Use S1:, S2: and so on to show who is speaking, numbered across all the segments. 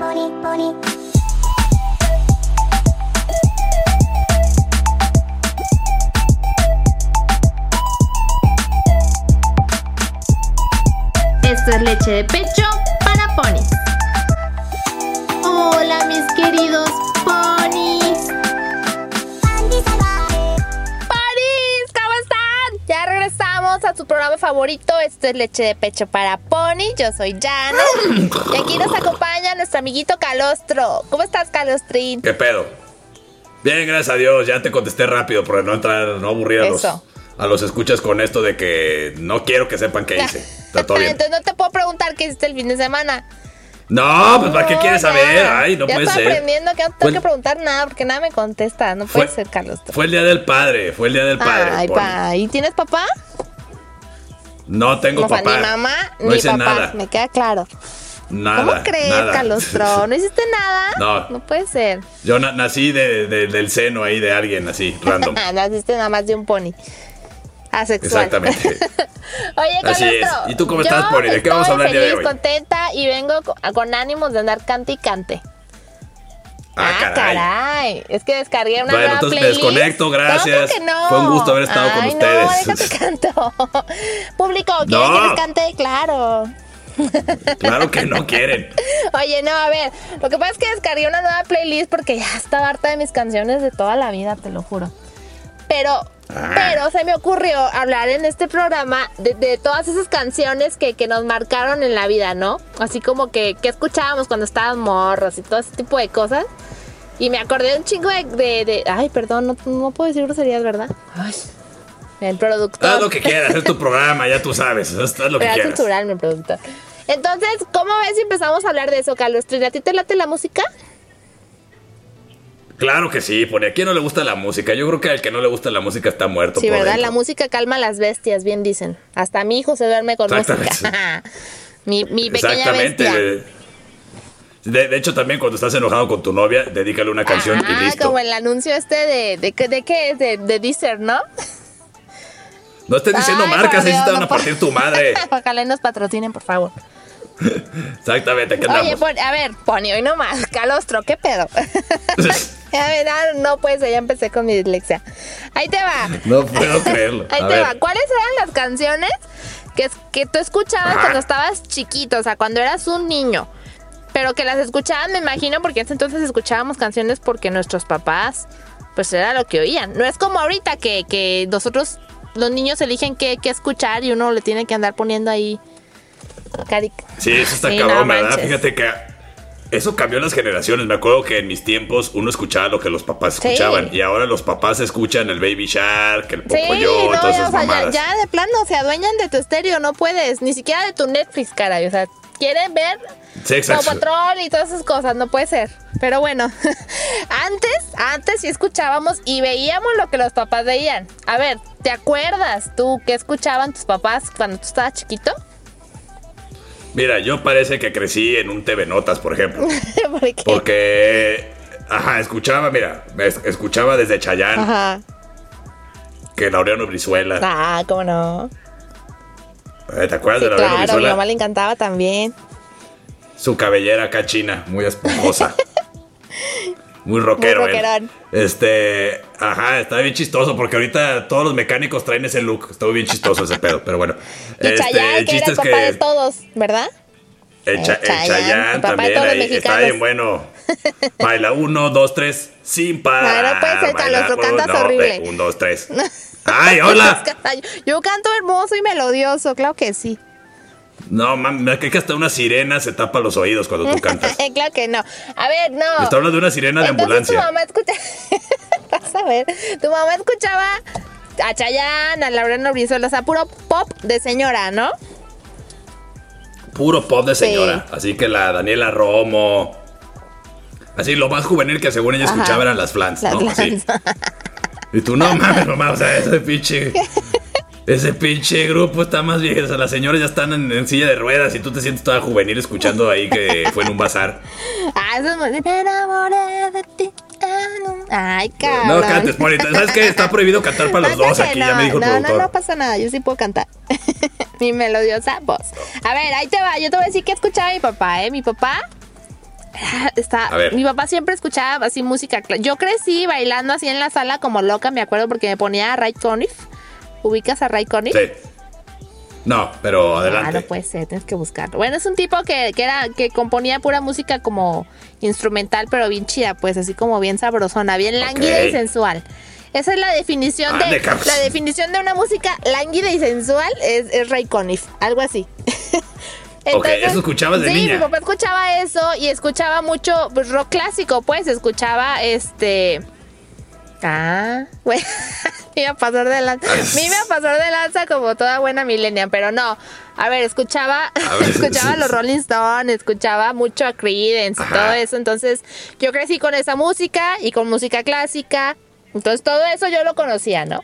S1: pony, pony.
S2: Esto es leche de pecho para ponis. Hola mis queridos ponis.
S1: Andy se va.
S2: Ponis, ¿cómo están? Ya regresamos a su programa favorito. Esto es leche de pecho para pony. Yo soy Jana. Y aquí nos acompaña nuestro amiguito Calostro. ¿Cómo estás, Calostrín?
S3: ¿Qué pedo? Bien, gracias a Dios, ya te contesté rápido para no entrar, no aburrir a los,
S2: Eso.
S3: a los escuchas con esto de que no quiero que sepan qué hice. Está todo bien.
S2: Entonces no te puedo preguntar qué hiciste el fin de semana.
S3: No, pues ¿para qué
S2: No,
S3: quieres
S2: nada.
S3: saber? Ay, no
S2: ya
S3: puede
S2: estoy
S3: ser.
S2: aprendiendo que no tengo
S3: Fue-
S2: que preguntar nada porque nada me contesta. No
S3: Fue-
S2: puede ser, Calostro.
S3: Fue el día del padre, fue el día del padre.
S2: Ay,
S3: Poli.
S2: pa. ¿Y tienes papá?
S3: No tengo
S2: O sea,
S3: papá.
S2: ni mamá
S3: no
S2: ni
S3: hice
S2: papá.
S3: nada.
S2: Me queda claro.
S3: Nada.
S2: ¿Cómo crees,
S3: nada.
S2: Calostro? ¿No hiciste nada?
S3: No.
S2: puede ser.
S3: Yo na- nací de- de- del seno ahí de alguien así, random.
S2: Naciste Ah, nada más de un pony. Asexual.
S3: Exactamente.
S2: Oye,
S3: Así
S2: Calostro.
S3: es. ¿Y tú cómo
S2: yo
S3: estás, Pony? ¿De qué vamos a
S2: estoy
S3: hablar el día de
S2: feliz,
S3: hoy?
S2: contenta y vengo co- con ánimos de andar cante y cante.
S3: Ah, caray.
S2: caray. Es que descargué una
S3: Bueno,
S2: nueva
S3: entonces me
S2: playlist.
S3: desconecto,
S2: No, claro
S3: gracias.
S2: que no.
S3: Fue un gusto haber estado con
S2: Ay,
S3: ustedes.
S2: No, déjate canto. Público, ¿quieres
S3: No.
S2: que les cante? Claro.
S3: Claro que no quieren.
S2: Oye, no, a ver, lo que pasa es que descargué una nueva playlist porque ya estaba harta de mis canciones de toda la vida, te lo juro. Pero,
S3: Ah.
S2: pero se me ocurrió hablar en este programa de, de todas esas canciones que, que nos marcaron en la vida, ¿no? Así como que, que escuchábamos cuando estábamos morros y todo ese tipo de cosas. Y me acordé de un chingo de... de- de- ay, perdón, no, no puedo decir groserías, ¿verdad? Ay, el productor.
S3: Haz Ah, lo que quieras, es tu programa, ya tú sabes. Haz haz lo que
S2: Me va a
S3: quieras.
S2: censurar mi productor. Entonces, ¿cómo ves si empezamos a hablar de eso, Carlos? ¿A ti te late la música?
S3: Claro que sí, por ¿A quién no le gusta la música? Yo creo que al que no le gusta la música está muerto.
S2: Sí,
S3: por
S2: ¿verdad?
S3: dentro.
S2: La música calma a las bestias, bien dicen. Hasta mi hijo se duerme con música.
S3: Exactamente.
S2: mi, mi pequeña
S3: Exactamente.
S2: bestia.
S3: De, de hecho, también cuando estás enojado con tu novia, dedícale una canción y
S2: ah,
S3: listo.
S2: como el anuncio este de, de, de, qué es, de, de Deezer, ¿no?
S3: No estés diciendo
S2: Ay, por
S3: marcas, ahí sí
S2: Dios,
S3: te van
S2: no
S3: a partir tu madre.
S2: Ojalá y nos patrocinen, por favor.
S3: Exactamente, aquí
S2: Oye,
S3: andamos.
S2: pon- a ver, Pony, hoy nomás. Calostro, ¿qué pedo? A ver, ah, no, pues ya empecé con mi dislexia. Ahí te va.
S3: no puedo creerlo.
S2: Ahí
S3: A
S2: te
S3: ver.
S2: va. ¿Cuáles eran las canciones que, es- que tú escuchabas
S3: Ajá.
S2: cuando estabas chiquito, o sea, cuando eras un niño? Pero que las escuchaban, me imagino, porque en ese entonces escuchábamos canciones porque nuestros papás, pues era lo que oían. No es como ahorita que, que nosotros, los niños eligen qué, qué escuchar y uno le tiene que andar poniendo ahí. cari-
S3: Sí, eso está
S2: Sí, no
S3: cabrón, ¿verdad?
S2: manches.
S3: Fíjate que eso cambió las generaciones. Me acuerdo que en mis tiempos uno escuchaba lo que los papás
S2: Sí.
S3: escuchaban y ahora los papás escuchan el Baby Shark, el
S2: Sí,
S3: Pocoyo,
S2: no,
S3: todas
S2: ya, o
S3: esas
S2: sea, ya,
S3: mamadas.
S2: ya de plano se adueñan de tu estéreo, no puedes, ni siquiera de tu Netflix, caray. O sea, quieren ver
S3: Sí,
S2: Como
S3: exacto.
S2: patrón y todas esas cosas, no puede ser. Pero bueno, antes, antes sí escuchábamos y veíamos lo que los papás veían. A ver, ¿te acuerdas tú qué escuchaban tus papás cuando tú estabas chiquito?
S3: Mira, yo parece que crecí en un TV Notas, por ejemplo.
S2: Porque,
S3: Porque, ajá, escuchaba, mira, es- escuchaba desde Chayán,
S2: ajá.
S3: que Laureano Brizuela.
S2: Ah, cómo no.
S3: Eh, ¿Te acuerdas
S2: Sí,
S3: de Laureano
S2: claro, a mi
S3: Brizuela?
S2: mamá le encantaba también.
S3: Su cabellera acá china, muy esponjosa. Muy rockero,
S2: Muy
S3: él.
S2: rockerón.
S3: Este, ajá, está bien chistoso porque ahorita todos los mecánicos traen ese look. Estuvo bien chistoso ese pedo, pero bueno.
S2: Y
S3: Este,
S2: Chayanne, que era el papá de todos, ¿verdad?
S3: el, Cha- el
S2: Chayanne, el
S3: Chayanne
S2: papá de
S3: también
S2: todos los
S3: ahí, está
S2: mexicanos.
S3: bien bueno. Baila uno, dos, tres, sin parar.
S2: No, no puede ser,
S3: Baila
S2: pues, Carlos, lo
S3: uno,
S2: cantas
S3: dos,
S2: horrible.
S3: Un, dos, tres. ¡Ay, hola!
S2: Yo canto hermoso y melodioso, claro que sí.
S3: No, mami, que hasta una sirena se tapa los oídos cuando tú cantas.
S2: claro que no. A ver, no.
S3: Está hablando de una sirena de
S2: Entonces tu
S3: ambulancia.
S2: mamá escucha. Vas a ver. Tu mamá escuchaba a Chayanne, a Laureano Brizuela, o sea, puro pop de señora, ¿no?
S3: Puro pop de señora. Así que la Daniela Romo. Así, lo más juvenil que según ella
S2: Ajá.
S3: escuchaba eran las flans,
S2: Las
S3: ¿no? Así.
S2: Flans.
S3: Y tú, no mames, mamá, o sea, ese pinche. Ese pinche grupo está más viejo. O sea, las señoras ya están en, en silla de ruedas y tú te sientes toda juvenil escuchando ahí que fue en un bazar.
S2: Ah, eso es muy- Me enamoré de ti. ah, no. Ay, cabrón.
S3: No cantes, Monita. ¿Sabes qué? Está prohibido cantar para los
S2: Pasa
S3: dos
S2: que
S3: aquí,
S2: no,
S3: ya me dijo el
S2: no,
S3: productor.
S2: No, no pasa nada, yo sí puedo cantar. Mi melodiosa voz. A ver, ahí te va, yo te voy a decir que escuchaba mi papá, ¿eh? Mi papá Está,
S3: A ver.
S2: mi papá siempre escuchaba así música. cla- Yo crecí bailando así en la sala como loca, me acuerdo, porque me ponía a Ray Conniff. ¿Ubicas a Ray Conniff?
S3: Sí. No, pero adelante.
S2: Ah, no puede ser, tienes que buscarlo. Bueno, es un tipo que, que era, que componía pura música como instrumental, pero bien chida, pues, así como bien sabrosona, bien lánguida y
S3: Ok. Ah,
S2: sensual. Esa es la definición
S3: Ande,
S2: de
S3: cabros.
S2: la definición de una música lánguida y sensual es, es Ray Conniff, algo así.
S3: eso escuchabas de
S2: sí,
S3: niña.
S2: mi papá escuchaba eso y escuchaba mucho pues, rock clásico, pues, escuchaba este Ah, güey. me iba a pasar de lanza. Me iba a pasar de lanza como toda buena milenia, pero no. A ver, escuchaba,
S3: A ver,
S2: escuchaba
S3: sí,
S2: los
S3: sí.
S2: Rolling Stones, escuchaba mucho a Creedence y
S3: Ajá.
S2: todo eso. Entonces, yo crecí con esa música y con música clásica. Entonces, todo eso yo lo conocía, ¿no?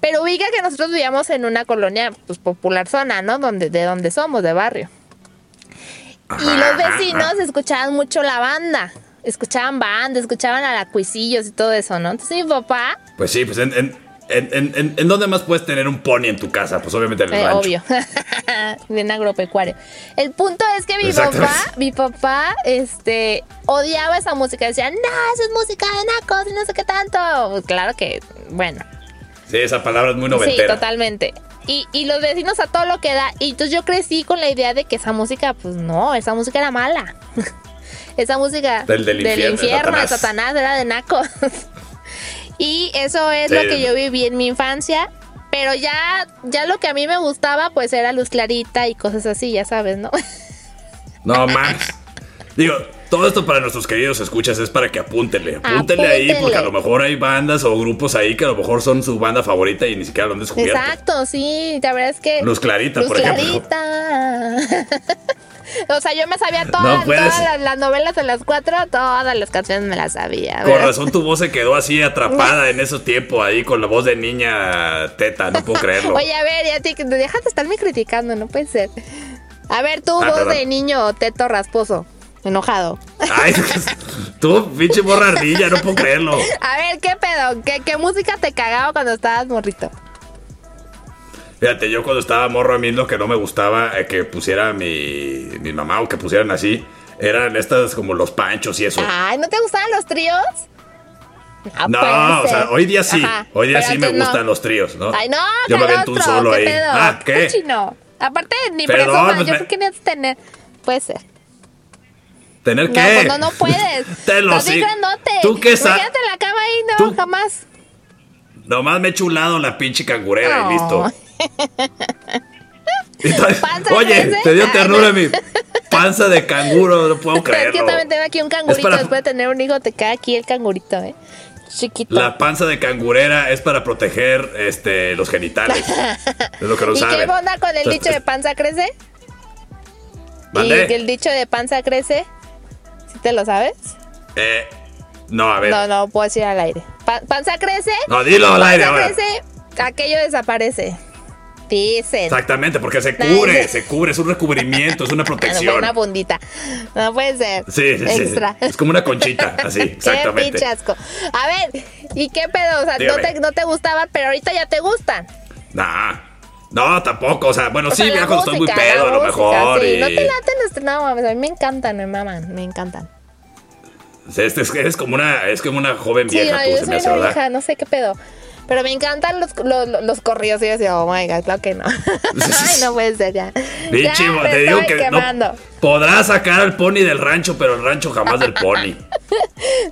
S2: Pero ubica que nosotros vivíamos en una colonia, pues, popular zona, ¿no? Donde, de donde somos, de barrio. Y los vecinos escuchaban mucho la banda. Escuchaban banda, escuchaban a la Cuisillos y todo eso, ¿no? Entonces mi papá,
S3: Pues sí, pues en, en, en, en- en- ¿en dónde más puedes tener un pony en tu casa? Pues obviamente en el
S2: eh,
S3: rancho.
S2: obvio, bien agropecuario. El punto es que mi
S3: Exactamente.
S2: papá, mi papá, este, odiaba esa música. Decía, no, eso es música de nacos y no sé qué tanto. Pues, claro que, bueno,
S3: Sí, esa palabra es muy
S2: Sí,
S3: noventera.
S2: totalmente. Y, y los vecinos a todo lo que da. Y entonces yo crecí con la idea de que esa música, pues no, esa música era mala. esa música
S3: Del- del infierno,
S2: infierno, de
S3: Satanás.
S2: Satanás, era de nacos. y eso es
S3: Sí.
S2: lo que yo viví en mi infancia. Pero ya, ya lo que a mí me gustaba, pues era luz clarita y cosas así, ya sabes, ¿no?
S3: No más. Digo, todo esto para nuestros queridos escuchas es para que apúntenle. Apúntenle ahí,
S2: Apúntenle.
S3: porque a lo mejor hay bandas o grupos ahí que a lo mejor son su banda favorita y ni siquiera lo han descubierto.
S2: Exacto, sí, la verdad es que.
S3: Luz Clarita,
S2: Luz
S3: por ejemplo.
S2: Clarita. o sea, yo me sabía todas,
S3: No puede
S2: todas
S3: ser.
S2: las, las novelas de las cuatro, todas las canciones me las sabía.
S3: Con
S2: ¿verdad?
S3: razón tu voz se quedó así atrapada en ese tiempo ahí con la voz de niña teta, no puedo creerlo.
S2: Oye, a ver, ya te, déjate de estarme criticando, no puede ser. A ver, tú,
S3: Ah,
S2: voz
S3: perdón.
S2: de niño teto rasposo, enojado.
S3: Ay, tú, pinche morra ardilla, no puedo creerlo.
S2: A ver, ¿qué pedo? ¿Qué, qué música te cagaba cuando estabas morrito?
S3: Fíjate, yo cuando estaba morro a mí lo que no me gustaba eh, que pusiera mi, mi mamá o que pusieran así eran estas como los panchos y eso.
S2: Ay, ¿no te gustaban los tríos? Ah,
S3: no,
S2: puede
S3: o sea,
S2: ser.
S3: hoy día sí,
S2: Ajá,
S3: hoy día
S2: pero
S3: sí me
S2: antes no.
S3: gustan los tríos, ¿no?
S2: Ay, no,
S3: Yo me aviento un
S2: calostro,
S3: solo
S2: ¿qué
S3: ahé.
S2: pedo?
S3: Ah, ¿qué?
S2: Cochino. Aparte, ni
S3: Perdón,
S2: presumas,
S3: pues
S2: yo
S3: me-
S2: creo que ni has de tener. Puede ser.
S3: ¿Tener
S2: No,
S3: qué?
S2: pues no, no puedes.
S3: Te lo
S2: Estás bien
S3: sí.
S2: grandote.
S3: ¿Tú qué sabes?
S2: Imagínate en la cama ahí, no,
S3: Tú-
S2: jamás.
S3: Nomás me he chulado la pinche cangurera
S2: No.
S3: y Eh, listo. Y todavía-
S2: Panza
S3: Oye,
S2: crece.
S3: te dio
S2: Ay,
S3: ternura
S2: no.
S3: mi panza de canguro, no puedo
S2: Es que
S3: creerlo.
S2: yo también tengo aquí un cangurito.
S3: Es para-
S2: Después de tener un hijo, te cae aquí el cangurito, ¿eh? Chiquito.
S3: La panza de cangurera es para proteger este, los genitales. Es lo que no
S2: ¿Y
S3: saben.
S2: qué onda con el
S3: Entonces, pues,
S2: dicho de panza crece?
S3: ¿Mandé?
S2: ¿Y que el dicho de panza crece? ¿Sí te lo sabes?
S3: Eh, no, a ver.
S2: No,
S3: No,
S2: no, puedo decir al aire. Pa- panza crece.
S3: dilo al aire
S2: Panza
S3: ahora.
S2: crece, aquello desaparece. Dicen.
S3: Exactamente, porque se
S2: Nadie
S3: cubre,
S2: se-
S3: se cubre, es un recubrimiento, es una
S2: Bueno,
S3: protección.
S2: una bundita. No puede ser.
S3: Sí, sí, sí.
S2: Extra.
S3: Es como una conchita, así,
S2: Qué
S3: exactamente.
S2: pinche asco. A ver, ¿y qué pedo? O sea, no
S3: Dígame.
S2: te, no te gustaban, pero ahorita ya te gustan.
S3: Nah, no, tampoco, o sea, bueno,
S2: O
S3: sí,
S2: sea, la
S3: ya cuando estoy muy
S2: música,
S3: pedo
S2: la
S3: a lo
S2: música,
S3: mejor.
S2: sí.
S3: y-
S2: No te laten los- No, mames, a mí me encantan, me maman, me encantan.
S3: Este es, eres como una, es como una joven
S2: Sí,
S3: vieja
S2: no,
S3: tú,
S2: yo
S3: se
S2: soy
S3: me hace,
S2: una
S3: ¿verdad?
S2: vieja, no sé qué pedo. Pero me encantan los, los, los- los corridos. Y yo decía, oh my god, claro que no. Ay, no puede ser ya. Ya,
S3: Pinche,
S2: me
S3: te digo
S2: estoy
S3: que
S2: quemando.
S3: no. Podrás sacar al pony del rancho, pero el rancho jamás del pony.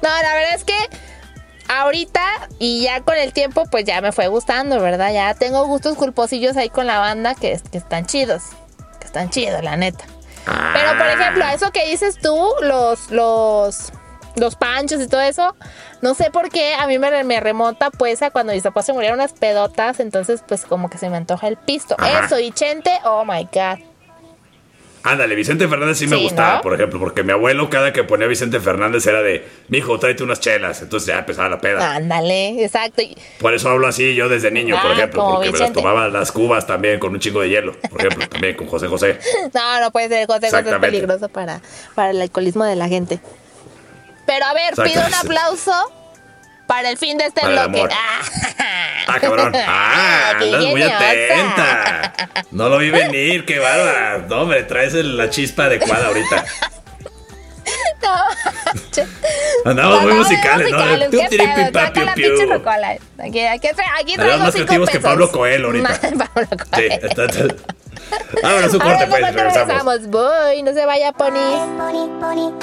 S2: No, la verdad es que ahorita y ya con el tiempo, pues ya me fue gustando, ¿verdad? Ya tengo gustos culposillos ahí con la banda que, que están chidos. Que están chidos, la neta. Pero
S3: Ah.
S2: por ejemplo, eso que dices tú, los, los, los panchos y todo eso, no sé por qué a mí me, me remota pues a cuando mis papás se murieron las pedotas, entonces pues como que se me antoja el pisto.
S3: Ajá.
S2: Eso, y Chente, oh my god.
S3: Ándale, Vicente Fernández sí me
S2: Sí,
S3: gustaba,
S2: ¿no?
S3: por ejemplo, porque mi abuelo cada que ponía Vicente Fernández era de, mijo, tráete unas chelas. Entonces ya empezaba la peda.
S2: Ándale, exacto. y-
S3: Por eso hablo así yo desde niño, por
S2: Ah,
S3: ejemplo,
S2: como
S3: porque me las
S2: Vicente.
S3: tomaba las cubas también con un chingo de hielo, por ejemplo, también con José José.
S2: No, no puede ser, José José es
S3: Exactamente.
S2: peligroso para, para el alcoholismo de la gente. Pero a ver, pido un
S3: Exactamente.
S2: aplauso para el fin de este
S3: Para el
S2: bloque.
S3: amor. Ah, cabrón. Ah,
S2: Qué
S3: andas muy
S2: ingeniosa.
S3: atenta. No lo vi venir, qué bárbara. No, hombre, traes el- la chispa adecuada ahorita.
S2: manches.
S3: Andamos muy
S2: Andamos
S3: musicales, ¿no?
S2: musicales,
S3: Piu,
S2: qué
S3: tiri, pi,
S2: pedo,
S3: pa,
S2: saca
S3: piu,
S2: la
S3: piu.
S2: pinche rocola. Aquí, aquí, tra- aquí
S3: Andamos
S2: traigo
S3: más
S2: cinco
S3: creativos que
S2: pesos.
S3: Pablo Coelho ahorita.
S2: Pablo
S3: Sí,
S2: Coelho.
S3: está, está. Vámonos
S2: Ahora de
S3: un corte, pues,
S2: repente
S3: regresamos.
S2: regresamos. Voy, no se vaya, Pony.
S1: Pony, pony.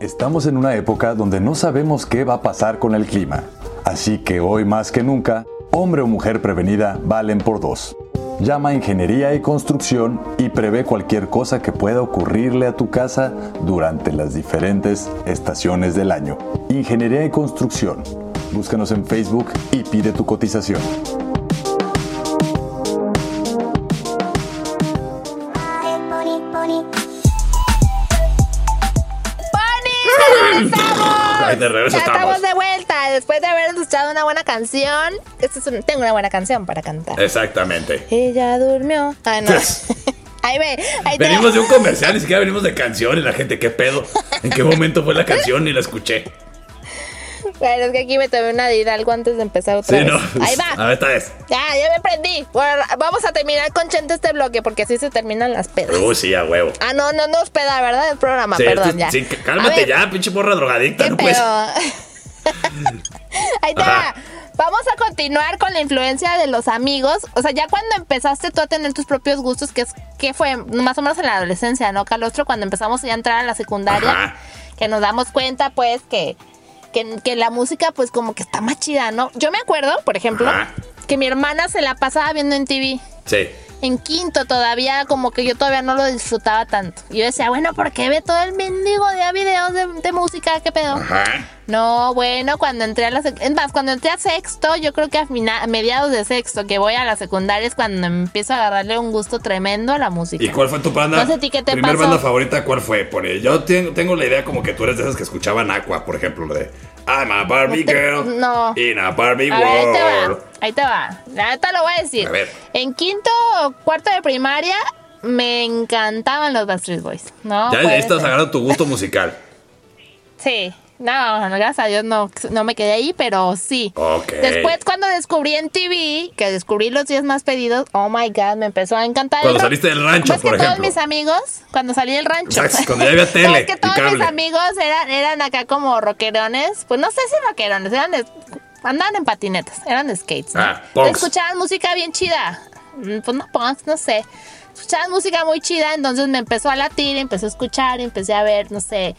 S4: Estamos en una época donde no sabemos qué va a pasar con el clima. Así que hoy más que nunca, hombre o mujer prevenida valen por dos. Llama a ingeniería y construcción y prevé cualquier cosa que pueda ocurrirle a tu casa durante las diferentes estaciones del año. Ingeniería y construcción. Búscanos en Facebook y pide tu cotización.
S1: Pony, pony.
S2: ¡Pony! ¡Regresamos!
S3: Ahí de regreso
S2: Ya estamos
S3: estamos.
S2: de vuelta. Después de haber escuchado una buena canción. Esta es un- tengo una buena canción para cantar.
S3: Exactamente.
S2: Ella durmió. Ay, no. Ahí ve. Ahí te-
S3: Venimos de un comercial, ni siquiera venimos de canciones, la gente, qué pedo. ¿En qué momento fue la canción y la escuché?
S2: Bueno, es que aquí me tomé una de Hidalgo antes de empezar otra
S3: Sí,
S2: vez.
S3: no.
S2: Pues,
S3: ah.
S2: Ahí
S3: A
S2: va.
S3: ver, esta vez.
S2: Ya, ya me prendí. Bueno, vamos a terminar con Chente este bloque porque así se terminan las pedas.
S3: Uy, sí, a huevo.
S2: Ah, no, no, no es peda, ¿verdad? El programa,
S3: Sí,
S2: perdón,
S3: esto-
S2: ya.
S3: sí, c-
S2: A
S3: cálmate
S2: ver,
S3: ya, pinche porra drogadicta,
S2: ¿Qué
S3: no puedes.
S2: pedo? pues, Ahí te va.
S3: Ajá.
S2: Vamos a continuar con la influencia de los amigos. O sea, ya cuando empezaste tú a tener tus propios gustos, que es que fue más o menos en la adolescencia, ¿no, Calostro? Cuando empezamos ya a entrar a la secundaria,
S3: Ajá.
S2: que nos damos cuenta, pues, que, que, que la música, pues, como que está más chida, ¿no? Yo me acuerdo, por ejemplo,
S3: Ajá.
S2: que mi hermana se la pasaba viendo en TV
S3: Sí.
S2: en quinto todavía, como que yo todavía no lo disfrutaba tanto. Y yo decía, bueno, ¿por qué ve todo el mendigo de videos de, de música? ¿Qué pedo?
S3: Ajá.
S2: No, bueno, cuando entré a la sec- es más, cuando entré a sexto, yo creo que a, fina- a mediados de sexto, que voy a la secundaria, es cuando empiezo a agarrarle un gusto tremendo a la música.
S3: ¿Y cuál fue tu banda?
S2: No sé, ¿ti qué te
S3: Primer
S2: pasó?
S3: banda favorita, ¿cuál fue? Por ahí. Yo ten- tengo la idea como que tú eres de esas que escuchaban Aqua, por ejemplo, lo de I'm a Barbie
S2: No te-
S3: girl
S2: Este, no.
S3: in a Barbie
S2: A ver, ahí te va,
S3: world.
S2: ahí te va. La neta lo voy a decir.
S3: A ver.
S2: En quinto o cuarto de primaria, me encantaban los Backstreet Boys. No,
S3: ya
S2: puede
S3: ahí estás
S2: ser.
S3: agarrando tu gusto musical.
S2: Sí, no, bueno, gracias a Dios no, no me quedé ahí, pero sí.
S3: Ok.
S2: Después cuando descubrí en TV, que descubrí los 10 más pedidos, oh my god, me empezó a encantar. el
S3: Cuando
S2: rock.
S3: saliste del rancho,
S2: Más
S3: por
S2: que
S3: ejemplo.
S2: todos mis amigos, cuando salí del rancho.
S3: Exacto, cuando ya había
S2: Más
S3: tele
S2: que
S3: y
S2: todos
S3: cable.
S2: mis amigos eran, eran acá como rockerones, pues no sé si rockerones, eran de- andaban en patinetas, eran de skates. ¿no?
S3: Ah, punks.
S2: Escuchaban música bien chida, Mm, pues no punks, no sé. Escuchaban música muy chida, entonces me empezó a latir, empecé a escuchar, empecé a ver, no sé,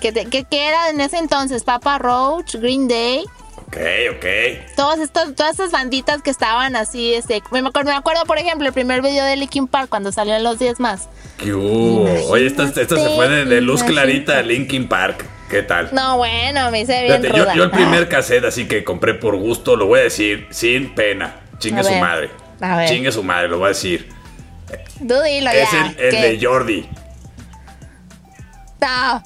S2: que, te- que, que era en ese entonces Papa Roach, Green Day,
S3: Ok, ok.
S2: todos estos, todas estas banditas que estaban así, este, me acuerdo, me acuerdo, por ejemplo, el primer video de Linkin Park cuando salió en los 10 más.
S3: ¿Qué hubo? Oye, esta, esta se fue de, de luz clarita a Linkin Park. ¿Qué tal?
S2: No, bueno, me hice bien
S3: Fíjate, yo,
S2: ruda.
S3: yo el primer cassette así que compré por gusto, lo voy a decir sin pena. Chingue
S2: A
S3: su
S2: ver,
S3: madre.
S2: a ver.
S3: Chingue su madre, lo voy a decir.
S2: Tú dilo
S3: Es
S2: ya.
S3: el, el
S2: ¿qué?
S3: de Jordi.
S2: No.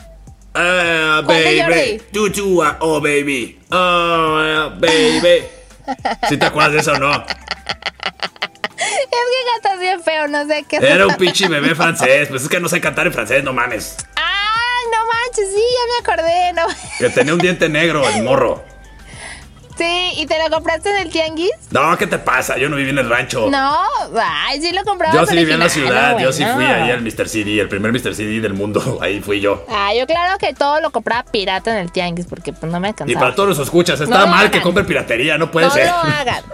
S3: Ah,
S2: ¿Cuál de
S3: baby.
S2: Jordi?
S3: Tú, tú, ah, oh, baby. Oh, baby. ¿Sí te acuerdas de eso o no?
S2: Es que cantas bien feo, no sé qué.
S3: Era un pinche bebé francés. Pues es que no sé cantar en francés, no mames.
S2: Ah, no manches, sí, ya me acordé, no.
S3: Que tenía un diente negro, el morro.
S2: Sí, ¿y te lo compraste en el tianguis?
S3: No, ¿qué te pasa? Yo no viví en el rancho.
S2: No, ay, sí lo compraba.
S3: yo sí viví en la
S2: original,
S3: ciudad. Yo sí
S2: bueno.
S3: fui ahí al Mr. CD, el primer Mr. CD del mundo. Ahí fui yo.
S2: Ah, yo claro que todo lo compraba pirata en el tianguis porque pues no me alcanzaba.
S3: Y para todos los escuchas, está
S2: lo
S3: mal que
S2: hagan.
S3: compren piratería, no puede
S2: no
S3: ser.
S2: lo hagan.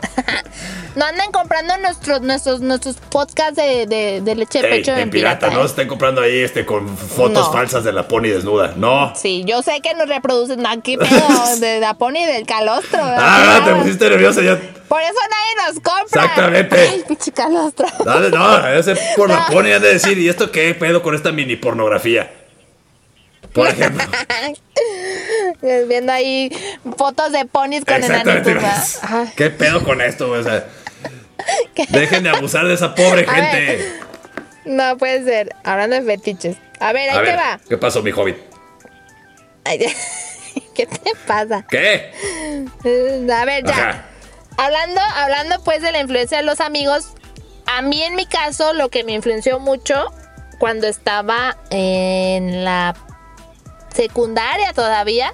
S2: no anden comprando nuestros nuestros nuestros podcasts de, de, de leche de
S3: Ey,
S2: pecho
S3: en pirata, no
S2: ¿eh?
S3: estén comprando ahí este con fotos
S2: No.
S3: falsas de la pony desnuda. No.
S2: Sí, yo sé que nos reproducen aquí, pero de la pony del calostro. ¿verdad?
S3: Ah, te pusiste nerviosa ya.
S2: Por eso nadie nos compra.
S3: Exactamente.
S2: Ay, pinche calostro.
S3: Dale, no, ese por la
S2: No.
S3: pony han de decir, ¿y esto qué pedo con esta mini pornografía? Por ejemplo.
S2: Viendo ahí fotos de ponis con
S3: Exactamente.
S2: enanitos. ¿verdad? Ay,
S3: ¿Qué pedo con esto? O sea, dejen de abusar de esa pobre
S2: A
S3: gente.
S2: No puede ser. Hablando de fetiches. A ver, ahí
S3: A
S2: te
S3: ver,
S2: va.
S3: ¿qué pasó, mi hobbit?
S2: Ay, ¿Qué te pasa?
S3: ¿Qué?
S2: Eh, A ver, ya.
S3: Ajá.
S2: Hablando, hablando pues de la influencia de los amigos, a mí en mi caso lo que me influenció mucho cuando estaba en la secundaria todavía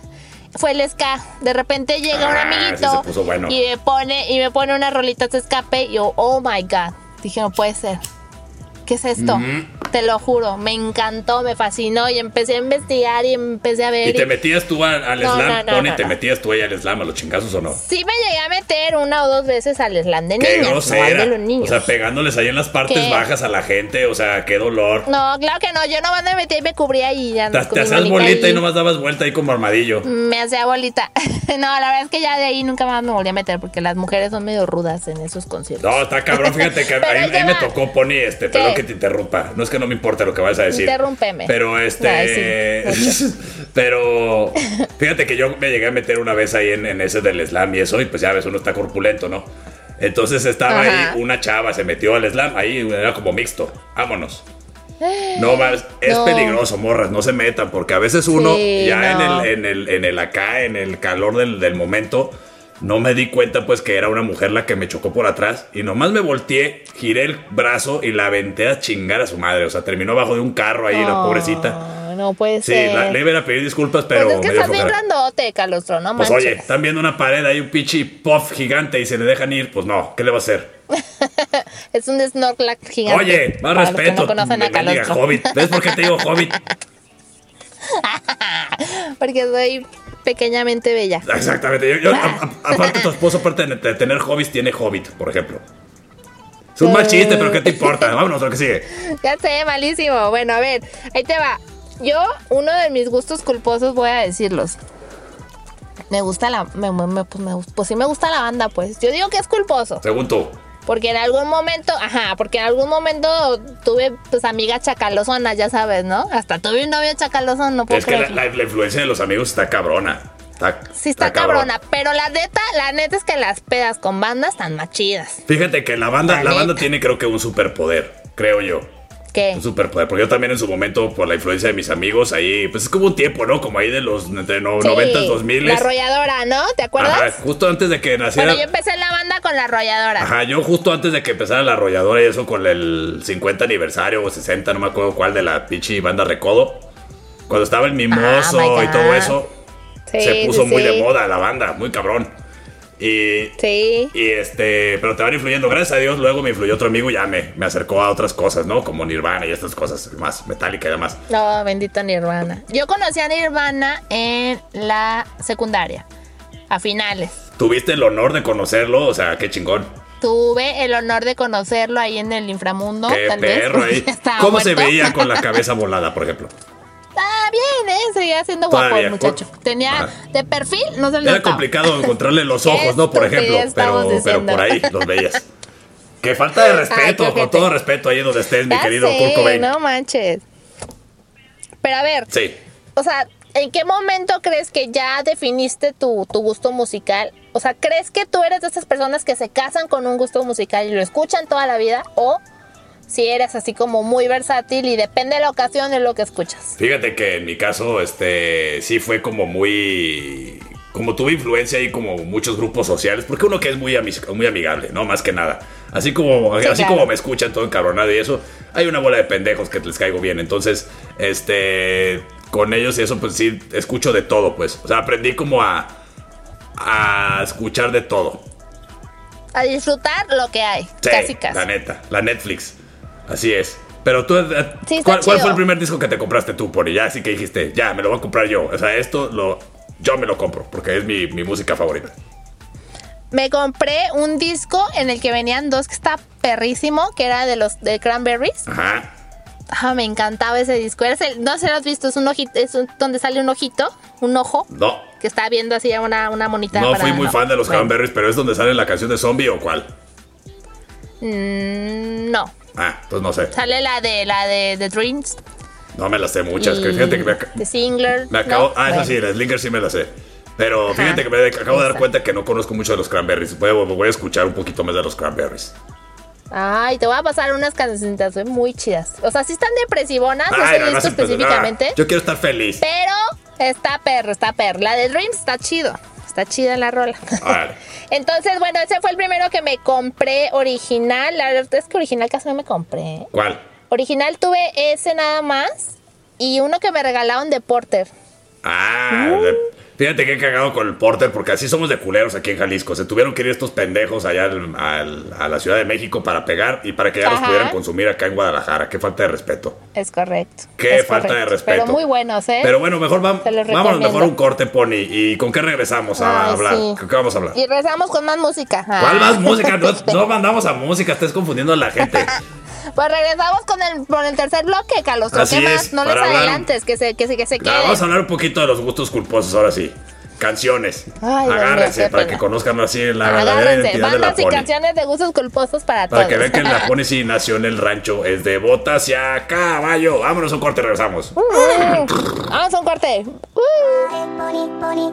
S2: fue el ska. De repente llega un
S3: Ah,
S2: amiguito
S3: sí se puso bueno.
S2: y me pone y me pone unas rolitas de escape y yo, oh my god. Dije, no puede ser. ¿Qué es esto? Te lo juro, me encantó, me fascinó y empecé a investigar y empecé a ver.
S3: Y te
S2: y-
S3: metías tú al, al
S2: No,
S3: slam,
S2: no, no,
S3: Tony,
S2: no,
S3: te
S2: no.
S3: metías tú ahí al slam, a los chingazos o no.
S2: Sí me llegué a meter una o dos veces al slam de
S3: Qué
S2: niñas, no al
S3: grosera.
S2: de los niños.
S3: O sea, pegándoles ahí en las partes
S2: ¿Qué?
S3: bajas a la gente, o sea, qué dolor.
S2: no, claro que no, yo nomás me metía y me cubría y ya
S3: Te,
S2: con
S3: te
S2: mi
S3: hacías
S2: manita
S3: bolita y
S2: ahí.
S3: nomás dabas vuelta ahí como armadillo.
S2: Me hacía bolita. no, la verdad es que ya de ahí nunca más me volví a meter porque las mujeres son medio rudas en esos conciertos.
S3: No, está cabrón, fíjate que
S2: Pero
S3: ahí,
S2: ahí te
S3: ahí me
S2: va.
S3: tocó Pony, este,
S2: ¿Qué?
S3: perdón que te interrumpa. No es que no me importa lo que vas a decir.
S2: Interrúmpeme.
S3: Pero este.
S2: Ay,
S3: pero fíjate que yo me llegué a meter una vez ahí en, en ese del slam y eso, y pues ya ves, uno está corpulento, ¿no? Entonces estaba
S2: Ajá.
S3: ahí una chava, se metió al slam, ahí era como mixto. Vámonos. No más, es
S2: No.
S3: peligroso, morras, no se metan, porque a veces uno,
S2: Sí,
S3: ya
S2: no.
S3: en, el, en, el, en el acá, en el calor del, del momento, no me di cuenta pues que era una mujer la que me chocó por atrás y nomás me volteé, giré el brazo y la aventé a chingar a su madre, o sea, terminó abajo de un carro ahí la pobrecita.
S2: No, No puede
S3: Sí,
S2: ser.
S3: la- le iba a ir a pedir disculpas,
S2: Pues
S3: pero...
S2: es que
S3: me dio
S2: estás bien
S3: flojera.
S2: grandote, Calostro, no
S3: Pues
S2: manches.
S3: oye, están viendo una pared, hay un pichi puff gigante y se le dejan ir, pues no, ¿qué le va a hacer?
S2: Es un snorkel gigante.
S3: Oye, más
S2: Para los que
S3: respeto.
S2: no conocen a
S3: bendiga,
S2: Calostro.
S3: hobbit. ¿Ves por qué te digo hobbit?
S2: Porque soy pequeñamente bella.
S3: Exactamente. Yo, yo- a- a- aparte, tu esposo, aparte de de tener hobbies, tiene hobbit, por ejemplo. Es un mal chiste, pero ¿qué te importa? Vámonos a lo que sigue.
S2: Ya sé, malísimo. Bueno, a ver, ahí te va. Yo, uno de mis gustos culposos, voy a decirlos. Me gusta la. Me, me- me- pues, me gust- pues sí, me gusta la banda, pues. Yo digo que es culposo.
S3: Según tú.
S2: Porque en algún momento. Ajá, porque en algún momento tuve, pues, amigas chacalosonas, ya sabes, ¿no? Hasta tuve un novio chacalosón, no puedo
S3: es que la,
S2: creerlo.
S3: la- la influencia de los amigos está cabrona. Está,
S2: Sí, está,
S3: cabrón.
S2: cabrona. Pero la neta, la neta es que las pedas con bandas están más chidas.
S3: Fíjate que la banda,
S2: La
S3: la banda
S2: neta.
S3: tiene, creo que, un superpoder. Creo yo.
S2: ¿Qué?
S3: Un superpoder. Porque yo también en su momento, por la influencia de mis amigos, ahí, pues es como un tiempo, ¿no? Como ahí de los entre no, 90,
S2: Sí,
S3: 2000.
S2: La arrolladora, ¿no? ¿Te acuerdas?
S3: Ajá, justo antes de que naciera.
S2: Bueno, yo empecé en la banda con la arrolladora.
S3: Ajá, yo justo antes de que empezara la arrolladora y eso con el 50 aniversario o 60, no me acuerdo cuál de la pinche banda Recodo. Cuando estaba el mimoso
S2: Ah, my
S3: y todo
S2: God.
S3: eso,
S2: Sí,
S3: se puso
S2: sí,
S3: muy
S2: sí.
S3: de moda la banda, muy cabrón. Y,
S2: Sí.
S3: y este, pero te van influyendo. Gracias a Dios, luego me influyó otro amigo y ya me, me acercó a otras cosas, ¿no? Como Nirvana y estas cosas, más metálica y demás.
S2: No, bendito Nirvana. Yo conocí a Nirvana en la secundaria, a finales.
S3: Tuviste el honor de conocerlo, o sea, qué chingón.
S2: Tuve el honor de conocerlo ahí en el inframundo.
S3: qué
S2: tal vez,
S3: perro
S2: porque
S3: ahí.
S2: estaba
S3: ¿Cómo se
S2: muerto.
S3: veía con la cabeza volada, por ejemplo?
S2: Ah, bien, ¿eh? Seguía siendo guapo
S3: Todavía,
S2: el muchacho.
S3: por-
S2: Tenía
S3: Ajá.
S2: de perfil, no se le
S3: Era
S2: notaba.
S3: complicado encontrarle los
S2: Qué
S3: ojos, ¿no? Por ejemplo,
S2: estupidez
S3: pero,
S2: estamos
S3: pero por ahí
S2: diciendo.
S3: los veías. Qué falta de respeto,
S2: Ay, qué
S3: con
S2: ojete.
S3: todo respeto ahí donde estés, mi
S2: Ya
S3: querido
S2: sé,
S3: Kurt Cobain.
S2: No manches. Pero a ver,
S3: Sí.
S2: o sea, ¿en qué momento crees que ya definiste tu, tu gusto musical? O sea, ¿crees que tú eres de esas personas que se casan con un gusto musical y lo escuchan toda la vida? ¿O si eres así como muy versátil y depende de la ocasión de lo que escuchas?
S3: Fíjate que en mi caso, este, sí fue como muy, como tuve influencia ahí como muchos grupos sociales, porque uno que es muy, amis- muy amigable, ¿no? Más que nada. Así como,
S2: Sí,
S3: así
S2: claro.
S3: como me escuchan todo encabronado y eso, hay una bola de pendejos que les caigo bien. Entonces, este, con ellos y eso, pues sí, escucho de todo, pues. O sea, aprendí como a, a escuchar de todo.
S2: A disfrutar lo que hay,
S3: Sí,
S2: casi casi.
S3: La neta, la Netflix. Así es. Pero tú, eh,
S2: Sí, está
S3: ¿cuál, cuál fue
S2: chido.
S3: el primer disco que te compraste tú, Pony? Ya, así que dijiste, ya, me lo voy a comprar yo. O sea, esto lo, yo me lo compro, porque es mi, mi música favorita.
S2: Me compré un disco en el que venían dos que está perrísimo, que era de los de Cranberries.
S3: Ajá.
S2: Ah, me encantaba ese disco. Era el- no sé si lo has visto, es un ojito, es un- donde sale un ojito, un ojo,
S3: No,
S2: que está viendo así a una, una monita.
S3: no
S2: para-
S3: fui muy
S2: no.
S3: fan de los
S2: Bueno,
S3: Cranberries, pero es donde sale la canción de Zombie o cuál.
S2: mm, no,
S3: Ah, entonces no sé.
S2: sale la de la de The Dreams.
S3: No me las sé muchas. que
S2: y
S3: Fíjate que me, ac-
S2: The Singler.
S3: me acabo.
S2: ¿no?
S3: Ah,
S2: Bueno,
S3: esa sí, la Slinger sí me la sé. Pero
S2: Ajá,
S3: fíjate que me acabo de dar
S2: esa.
S3: cuenta que no conozco mucho de los Cranberries. Voy a, voy a escuchar un poquito más de los Cranberries.
S2: Ay, te voy a pasar unas cancioncitas güey, muy chidas. O sea, sí están depresivonas, no sé
S3: Ay,
S2: disco
S3: vas a empezar. Ah,
S2: pues específicamente.
S3: Yo quiero estar feliz.
S2: Pero está perro, está perro. La de Dreams está chido. Está chida la rola.
S3: Órale.
S2: Entonces, bueno, ese fue el primero que me compré original. La verdad es que original casi no me compré. ¿eh?
S3: ¿Cuál?
S2: Original tuve ese nada más y uno que me regalaron de Porter.
S3: Ah, de- Fíjate que he cagado con el Porter porque así somos de culeros aquí en Jalisco. Se tuvieron que ir estos pendejos allá al- al- a la Ciudad de México para pegar y para que ya los
S2: Ajá.
S3: pudieran consumir acá en Guadalajara. Qué falta de respeto.
S2: Es correcto.
S3: Qué
S2: es
S3: falta de
S2: correcto.
S3: respeto.
S2: Pero muy buenos, ¿eh?
S3: Pero bueno, mejor vamos,
S2: Se los
S3: vámonos
S2: recomiendo.
S3: mejor a un corte, Pony. ¿Y con qué regresamos a
S2: Ay,
S3: hablar?
S2: sí.
S3: ¿Con qué vamos a hablar?
S2: Y regresamos con más música. Ah.
S3: ¿Cuál más música? No, no mandamos a música, estás confundiendo a la gente. Ah,
S2: Pues regresamos con el, con el tercer bloque, Carlos. ¿Qué
S3: Así
S2: más?
S3: es,
S2: no les
S3: para hablar-
S2: adelantes, que se, que se, que se
S3: Ya,
S2: queden.
S3: vamos a hablar un poquito de los gustos culposos ahora sí. Canciones.
S2: Ay, Dios mío,
S3: Agárrense
S2: qué
S3: para
S2: pena.
S3: que conozcan así la verdadera
S2: Agárrense,
S3: identidad de la
S2: bandas y
S3: Pony.
S2: canciones de gustos culposos para, todos.
S3: Para que vean que la Pony sí nació en el rancho, es de botas y a caballo. Vámonos a un corte, regresamos.
S2: Vamos a un corte. Uh,
S1: pony, pony,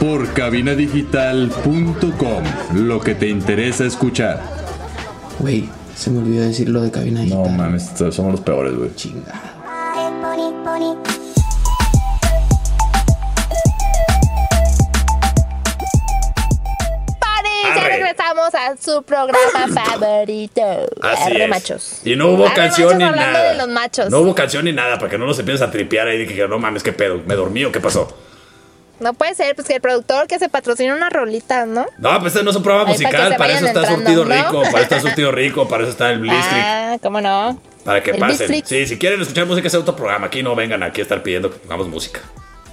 S4: Por cabinadigital.com, lo que te interesa escuchar.
S5: Güey, se me olvidó decir lo de cabina digital.
S4: No mames, somos los peores, güey.
S5: Chinga.
S1: pony, pony.
S2: ¡Pare! Ya
S3: Arre.
S2: regresamos a su programa favorito.
S3: Así
S2: Arre,
S3: es.
S2: machos.
S3: Y no hubo
S2: Arre,
S3: canción
S2: machos,
S3: ni
S2: hablando
S3: nada.
S2: de los machos.
S3: No
S2: No,
S3: hubo canción ni nada para que no nos empiecen a tripear ahí de que no mames, qué pedo, me dormí o qué pasó.
S2: puede ser, pues que el productor que se patrocina una rolita, ¿no?
S3: No, pues este no es un programa
S2: Ahí para que
S3: musical,
S2: se
S3: para eso
S2: vayan
S3: está
S2: entrando,
S3: surtido
S2: ¿no?
S3: rico, para eso está surtido rico, para eso está el Blitzkrieg.
S2: Ah, ¿cómo no?
S3: Para que
S2: El
S3: pasen.
S2: Blitzkrieg.
S3: Sí, si quieren escuchar música, es otro programa. Aquí no vengan aquí a estar pidiendo que pongamos música.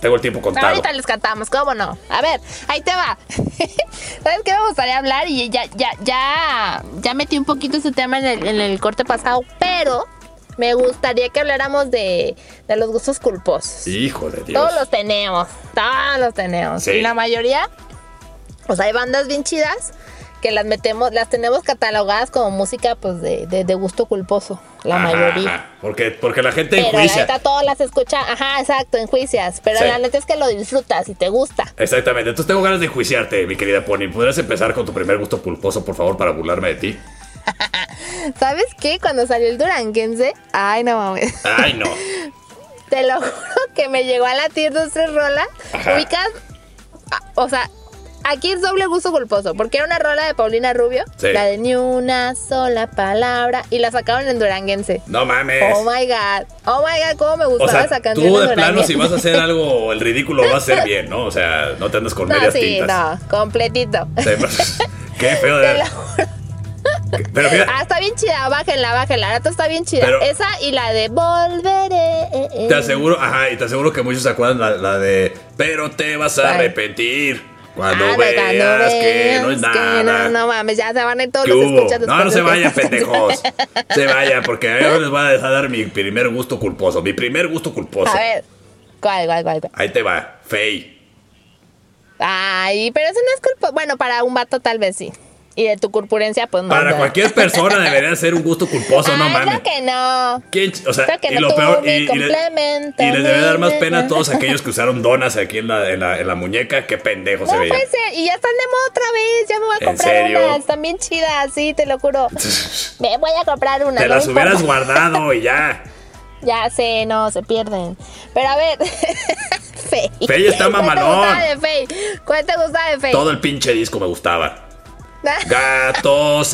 S3: Tengo el tiempo contado.
S2: Ahorita les cantamos, ¿cómo no? A ver, ahí te va. ¿Sabes qué me gustaría hablar? Y ya, ya, ya, ya metí un poquito ese tema en el, en el corte pasado, pero me gustaría que habláramos de, de los gustos culposos.
S3: Hijo de Dios.
S2: Todos los tenemos, todos los tenemos.
S3: Sí.
S2: Y la mayoría, o sea, hay bandas bien chidas que las metemos, las tenemos catalogadas como música pues de, de- de gusto culposo, la
S3: Ajá,
S2: mayoría.
S3: ajá. Porque, porque la gente
S2: Pero la
S3: enjuicia.
S2: neta todas las escuchan, ajá, exacto, en juicias. Pero
S3: Sí.
S2: la neta es que lo disfrutas y te gusta.
S3: Exactamente. Entonces tengo ganas de enjuiciarte, mi querida Pony. ¿Podrías empezar con tu primer gusto pulposo, por favor, para burlarme de ti?
S2: ¿Sabes qué? Cuando salió el Duranguense, ay, no mames.
S3: Ay, no.
S2: Te lo juro que me llegó a latir dos, tres rolas.
S3: Ajá.
S2: Ubicas, ah, o sea, aquí es doble gusto culposo, porque era una rola de Paulina Rubio,
S3: Sí.
S2: la de ni una sola palabra, y la sacaron en Duranguense.
S3: No mames.
S2: Oh my god, oh my god, cómo me
S3: o
S2: gustaba
S3: sea,
S2: esa canción.
S3: tú
S2: en
S3: de plano,
S2: Duranguense.
S3: si vas a hacer algo, el ridículo va a ser bien, ¿no? O sea, no te andas con
S2: No,
S3: medias
S2: sí,
S3: tintas.
S2: no, completito.
S3: Te- Qué feo de
S2: Te
S3: ver.
S2: lo
S3: Pero fíjate,
S2: Ah, está bien chida, bájenla, bájenla. La neta está bien chida.
S3: Pero-
S2: Esa y la de Volveré. eh, eh.
S3: Te aseguro, ajá, y te aseguro que muchos se acuerdan la, la de Pero te vas a
S2: Ay.
S3: arrepentir cuando
S2: Ah,
S3: veas,
S2: de cuando
S3: que no es
S2: veas que no,
S3: nada.
S2: no mames, ya se van a ir todos
S3: ¿Qué
S2: los
S3: hubo?
S2: escuchas
S3: No, no
S2: después
S3: se
S2: de
S3: vayan,
S2: esta canción.
S3: pendejos. Se vayan, porque ahora les voy a dejar dar mi primer gusto culposo. Mi primer gusto culposo.
S2: A ver, ¿cuál, cuál, cuál? cuál?
S3: Ahí te va, Fey.
S2: Ay, pero eso no es culpa. Bueno, para un vato tal vez sí. Y de tu corpulencia, pues no.
S3: Para
S2: no.
S3: cualquier persona debería ser un gusto culposo, no
S2: Ay,
S3: mames.
S2: Creo que no.
S3: ¿Quién ch- o sea,
S2: Creo que
S3: y
S2: no
S3: lo
S2: tuvo
S3: peor,
S2: mi
S3: y, y le-
S2: complemento,
S3: y les debe dar más
S2: na,
S3: pena
S2: na.
S3: a todos aquellos que usaron donas aquí en la, en la, en la muñeca. Qué pendejos se
S2: No pues,
S3: veían.
S2: puede ser, y ya están de moda otra vez. Ya me voy a
S3: ¿En
S2: comprar
S3: serio?
S2: unas, están bien chidas, sí, te lo juro. Me voy a comprar una.
S3: Te
S2: no
S3: las
S2: me
S3: hubieras
S2: importa.
S3: guardado y ya.
S2: Ya sé, no, se pierden. Pero a ver, Fey.
S3: Fey está mamalón.
S2: ¿Cuál te gusta de Fey? ¿Cuál te gusta de Fey?
S3: Todo el pinche disco me gustaba. Gatos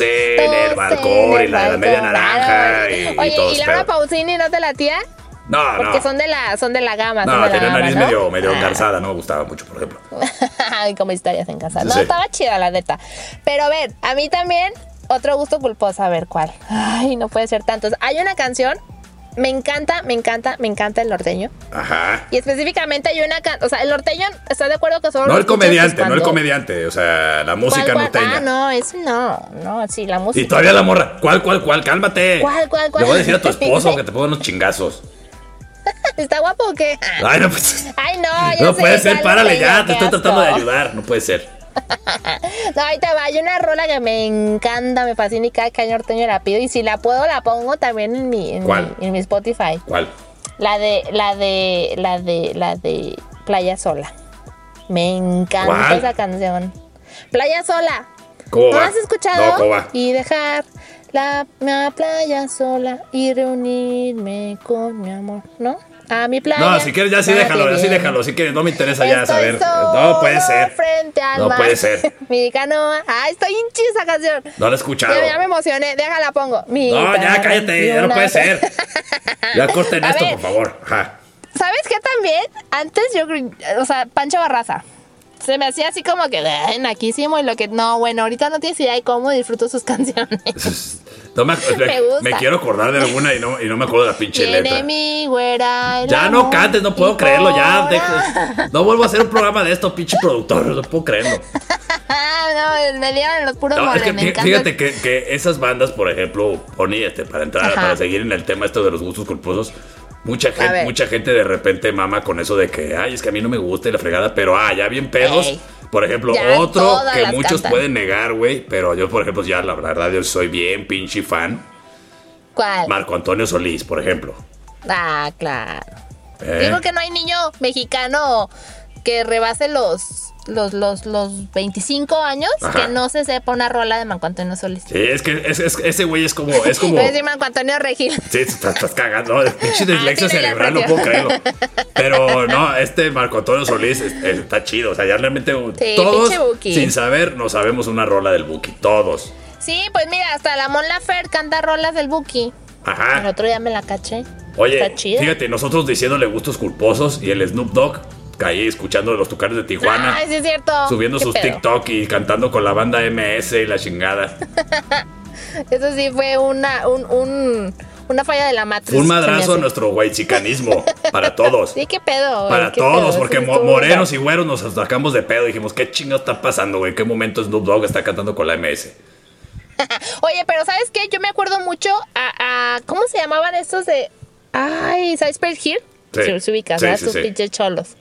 S2: Todos
S3: en el
S2: en
S3: balcón y
S2: el
S3: la de la media
S2: balcón.
S3: naranja y, y
S2: Oye,
S3: todo
S2: ¿y
S3: ese
S2: Laura
S3: pedo.
S2: Pausini no te la tía?
S3: No,
S2: Porque
S3: Ah, no.
S2: son de la, son de la gama. son
S3: No,
S2: de la
S3: tenía
S2: gama,
S3: nariz
S2: ¿no?
S3: medio, medio
S2: Ah.
S3: engarzada, no me gustaba mucho, por ejemplo.
S2: Ay, como historias en casa. No,
S3: Sí.
S2: estaba chida la neta. Pero a ver, a mí también otro gusto culposo, a ver cuál. Ay, no puede ser tantos. Hay una canción, me encanta, me encanta, me encanta el norteño.
S3: Ajá.
S2: Y específicamente hay una canción, o sea, el norteño, ¿estás de acuerdo que solo
S3: No
S2: lo
S3: el
S2: escuchas,
S3: comediante,
S2: pues,
S3: no el
S2: cuando-
S3: comediante, o sea, la
S2: ¿Cuál,
S3: música
S2: cuál?
S3: norteña.
S2: Ah, no, es no, no, sí, la música.
S3: Y todavía la morra, ¿cuál, cuál, cuál? Cálmate.
S2: ¿Cuál, cuál, cuál?
S3: Le voy a decir a tu esposo que te ponga unos chingazos.
S2: ¿Está guapo o qué?
S3: Ay, no, pues.
S2: Ay, no, ya
S3: No
S2: sé
S3: puede
S2: cuál
S3: ser, párale
S2: norteño,
S3: ya, te
S2: qué
S3: estoy tratando de
S2: asco.
S3: ayudar. No puede ser.
S2: No, ahí te va. Hay una rola que me encanta, me fascina y cada que hay norteño la pido. Y si la puedo, la pongo también en mi, en
S3: ¿Cuál?
S2: mi, en mi Spotify.
S3: ¿Cuál?
S2: La de, la de, la de, la de Playa Sola. Me encanta
S3: ¿Cuál?
S2: esa canción. Playa Sola.
S3: ¿Cómo
S2: ¿No
S3: va?
S2: has escuchado?
S3: No, ¿cómo va?
S2: Y dejar la, la playa sola y reunirme con mi amor, ¿no? A mi playa.
S3: No, si quieres, ya sí
S2: nadie
S3: déjalo, ya sí
S2: viene.
S3: déjalo. Si quieres, no me interesa ya
S2: Estoy
S3: saber.
S2: solo
S3: No puede ser.
S2: Frente al
S3: No
S2: mar.
S3: puede ser.
S2: Mi canoa. Ah, estoy hinchi esa canción.
S3: No lo he escuchado.
S2: Ya, ya me emocioné. Déjala, pongo. Mi
S3: No, ya
S2: canoa
S3: cállate,
S2: y
S3: ya no
S2: una-
S3: puede ser. Ya corten
S2: A
S3: esto,
S2: ver.
S3: por favor. Ajá.
S2: ¿Sabes qué también? Antes yo, cre- o sea, Pancho Barraza. Se me hacía así como que "Ah, naquísimo y lo que no, bueno, ahorita no tienes idea de cómo disfruto sus canciones.
S3: No me, ac-
S2: Me gusta.
S3: me quiero acordar de alguna y no, y no me acuerdo de la pinche
S2: Tiene
S3: letra.
S2: mi güera. el
S3: Ya no
S2: amor
S3: cantes, no puedo
S2: y
S3: creerlo, ya.
S2: cobra.
S3: deja- No vuelvo a hacer un programa de esto, pinche productor, no puedo creerlo.
S2: Ah, no, me dieron los puros
S3: No, es
S2: moles,
S3: que
S2: me
S3: fí-
S2: encanta.
S3: fíjate que, que esas bandas, por ejemplo, Pony, este, para entrar,
S2: Ajá.
S3: para seguir en el tema esto de los gustos culposos, mucha gente,
S2: ver.
S3: mucha gente de repente mama con eso de que, ay, es que a mí no me gusta y la fregada, pero ah, ya bien pedos.
S2: Ey.
S3: Por ejemplo,
S2: Ya
S3: otro
S2: todas
S3: que
S2: las
S3: muchos
S2: cantan.
S3: pueden negar, güey, pero yo, por ejemplo, ya la verdad, yo soy bien pinche fan.
S2: ¿Cuál?
S3: Marco Antonio Solís, por ejemplo.
S2: Ah, claro.
S3: Eh,
S2: Digo que no hay niño mexicano que rebase los los, los, los 25 años
S3: Ajá.
S2: que no se sepa una rola de Manco Antonio Solís.
S3: Sí, es que es- es- ese güey es como, es como.
S2: Voy a decir Manco Antonio Regil.
S3: Sí, te estás, estás cagando. El pinche dislexia
S2: Ah, sí, me la
S3: cerebral, no
S2: aprendió.
S3: puedo creerlo. Pero no, este Marco Antonio Solís es- es- está chido. O sea, ya realmente todos,
S2: pinche Buki.
S3: sin saber, no sabemos una rola del Buki. Todos.
S2: Sí, pues mira, hasta la Mon Laferte canta rolas del Buki. El
S3: Ajá.
S2: otro día me la caché.
S3: Ah. Oye,
S2: está chida.
S3: fíjate, nosotros diciéndole gustos culposos y el Snoop Dogg caí escuchando los tucanes de Tijuana.
S2: Ay, sí es cierto.
S3: Subiendo
S2: Qué
S3: sus
S2: pedo.
S3: TikTok y cantando con la banda MS y la chingada.
S2: Eso sí fue una, un, un- una falla de la matriz.
S3: Fue un
S2: se me
S3: madrazo a
S2: hace.
S3: nuestro güey chicanismo. Para todos.
S2: Sí, qué pedo. güey,
S3: Para
S2: qué pedo,
S3: todos,
S2: eso
S3: porque
S2: sí
S3: mo-
S2: estuvo
S3: morenos y güeros nos sacamos de pedo. Dijimos, ¿qué chingo está pasando, güey? ¿Qué momento Snoop Dogg está cantando con la MS?
S2: Oye, pero ¿sabes qué? Yo me acuerdo mucho a, a- ¿cómo se llamaban estos de ay, Cypress Hill?
S3: Sí.
S2: Si los ubicas,
S3: Sí,
S2: ¿verdad?
S3: sí,
S2: Sus
S3: sí.
S2: pinches cholos.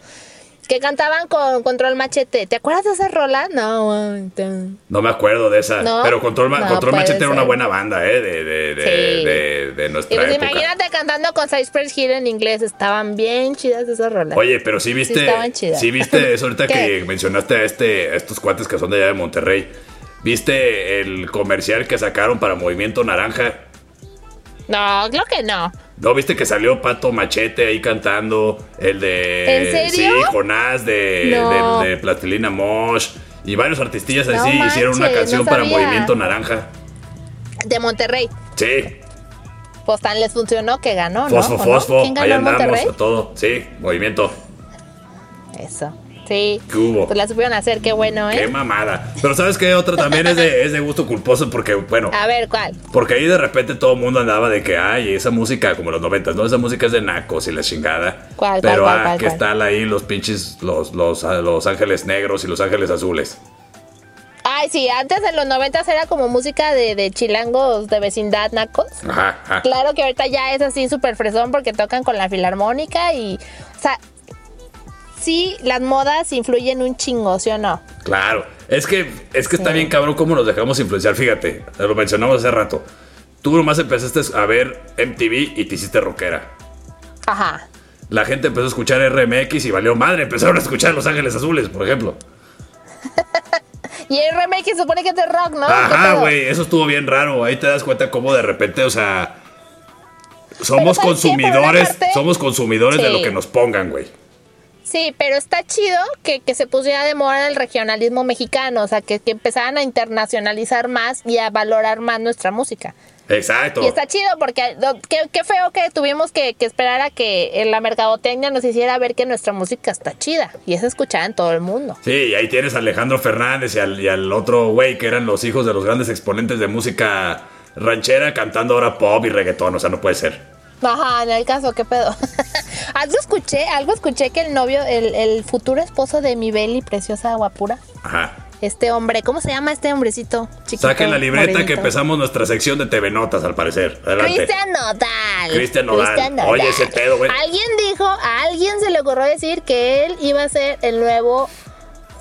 S2: Que cantaban con control machete. ¿Te acuerdas de esa rola? No, aguantan.
S3: No me acuerdo de esa.
S2: No,
S3: pero Control, Ma-
S2: no
S3: Control
S2: puede
S3: Machete era una
S2: ser.
S3: buena banda, ¿eh? De, de, de,
S2: Sí.
S3: de- de
S2: Y
S3: nuestra
S2: pues
S3: época.
S2: imagínate cantando con Cypress Hill en inglés. Estaban bien chidas esas rolas.
S3: Oye, pero sí viste.
S2: estaban chidas.
S3: sí viste eso ahorita
S2: ¿Qué?
S3: que mencionaste a, este, a estos cuates que son de allá de Monterrey. ¿Viste el comercial que sacaron para Movimiento Naranja?
S2: No, creo que no.
S3: ¿No viste que salió Pato Machete ahí cantando? El de.
S2: ¿En serio?
S3: Sí, Jonás de,
S2: No.
S3: de, de Plastilina Mosh. Y varios artistillas
S2: No
S3: así hicieron una
S2: manches,
S3: canción
S2: no
S3: para
S2: sabía.
S3: Movimiento Naranja.
S2: De Monterrey.
S3: Sí,
S2: Pues tan les funcionó que ganó, ¿no?
S3: Fosfo,
S2: ¿O no?
S3: Fosfo.
S2: ¿Quién ganó
S3: Ahí
S2: en
S3: andamos
S2: Monterrey?
S3: a todo. Sí, Movimiento.
S2: Eso. Sí.
S3: ¿Qué hubo?
S2: Pues la supieron hacer, qué bueno,
S3: Qué
S2: ¿eh?
S3: mamada. Pero ¿sabes qué? Otra también es de, es de gusto culposo porque, bueno,
S2: A ver, ¿cuál?
S3: Porque ahí de repente todo el mundo andaba de que, ay, esa música, como los noventas, ¿no? Esa música es de nacos y la chingada.
S2: ¿Cuál, cuál,
S3: Pero,
S2: cuál,
S3: ah,
S2: cuál,
S3: que
S2: cuál?
S3: están ahí los pinches, los, los, ah, los ángeles negros y los ángeles azules.
S2: Ay, sí, antes en los noventas era como música de, de chilangos de vecindad nacos.
S3: Ajá, ajá.
S2: Claro que ahorita ya es así súper fresón porque tocan con la filarmónica y. O sea, sí, las modas influyen un chingo, ¿sí o no?
S3: Claro. Es que, es que está bien cabrón cómo nos dejamos influenciar, fíjate. Lo mencionamos hace rato. Tú nomás empezaste a ver MTV y te hiciste rockera.
S2: Ajá.
S3: La gente empezó a escuchar RMX y valió madre. Empezaron a escuchar Los Ángeles Azules, por ejemplo.
S2: Y el remake se supone que es de rock, ¿no? ¿Qué
S3: Ajá,
S2: pedo?
S3: güey, eso estuvo bien raro. Ahí te das cuenta cómo de repente, o sea,
S2: Pero ¿sabes qué?
S3: somos
S2: Por una
S3: consumidores,
S2: parte-
S3: somos consumidores de
S2: Sí.
S3: lo que nos pongan, güey.
S2: Sí, pero está chido que, que se pusiera de moda el regionalismo mexicano, o sea, que, que empezaran a internacionalizar más y a valorar más nuestra música.
S3: Exacto.
S2: Y está chido porque no, qué, qué feo que tuvimos que, que esperar a que en la mercadotecnia nos hiciera ver que nuestra música está chida y es escuchada en todo el mundo.
S3: Sí, y ahí tienes a Alejandro Fernández y al, y al otro güey que eran los hijos de los grandes exponentes de música ranchera cantando ahora pop y reggaetón, o sea, no puede ser.
S2: Ajá, en el caso, qué pedo. algo escuché, algo escuché que el novio, el, el futuro esposo de mi Beli, preciosa guapura,
S3: Ajá.
S2: este hombre, ¿cómo se llama este hombrecito? Chiquito,
S3: Saquen la libreta que
S2: morenito.
S3: empezamos nuestra sección de TV Notas, al parecer. Adelante.
S2: Cristian Nodal.
S3: Cristian Nodal. Oye, ese pedo, güey.
S2: Alguien dijo, a alguien se le ocurrió decir que él iba a ser el nuevo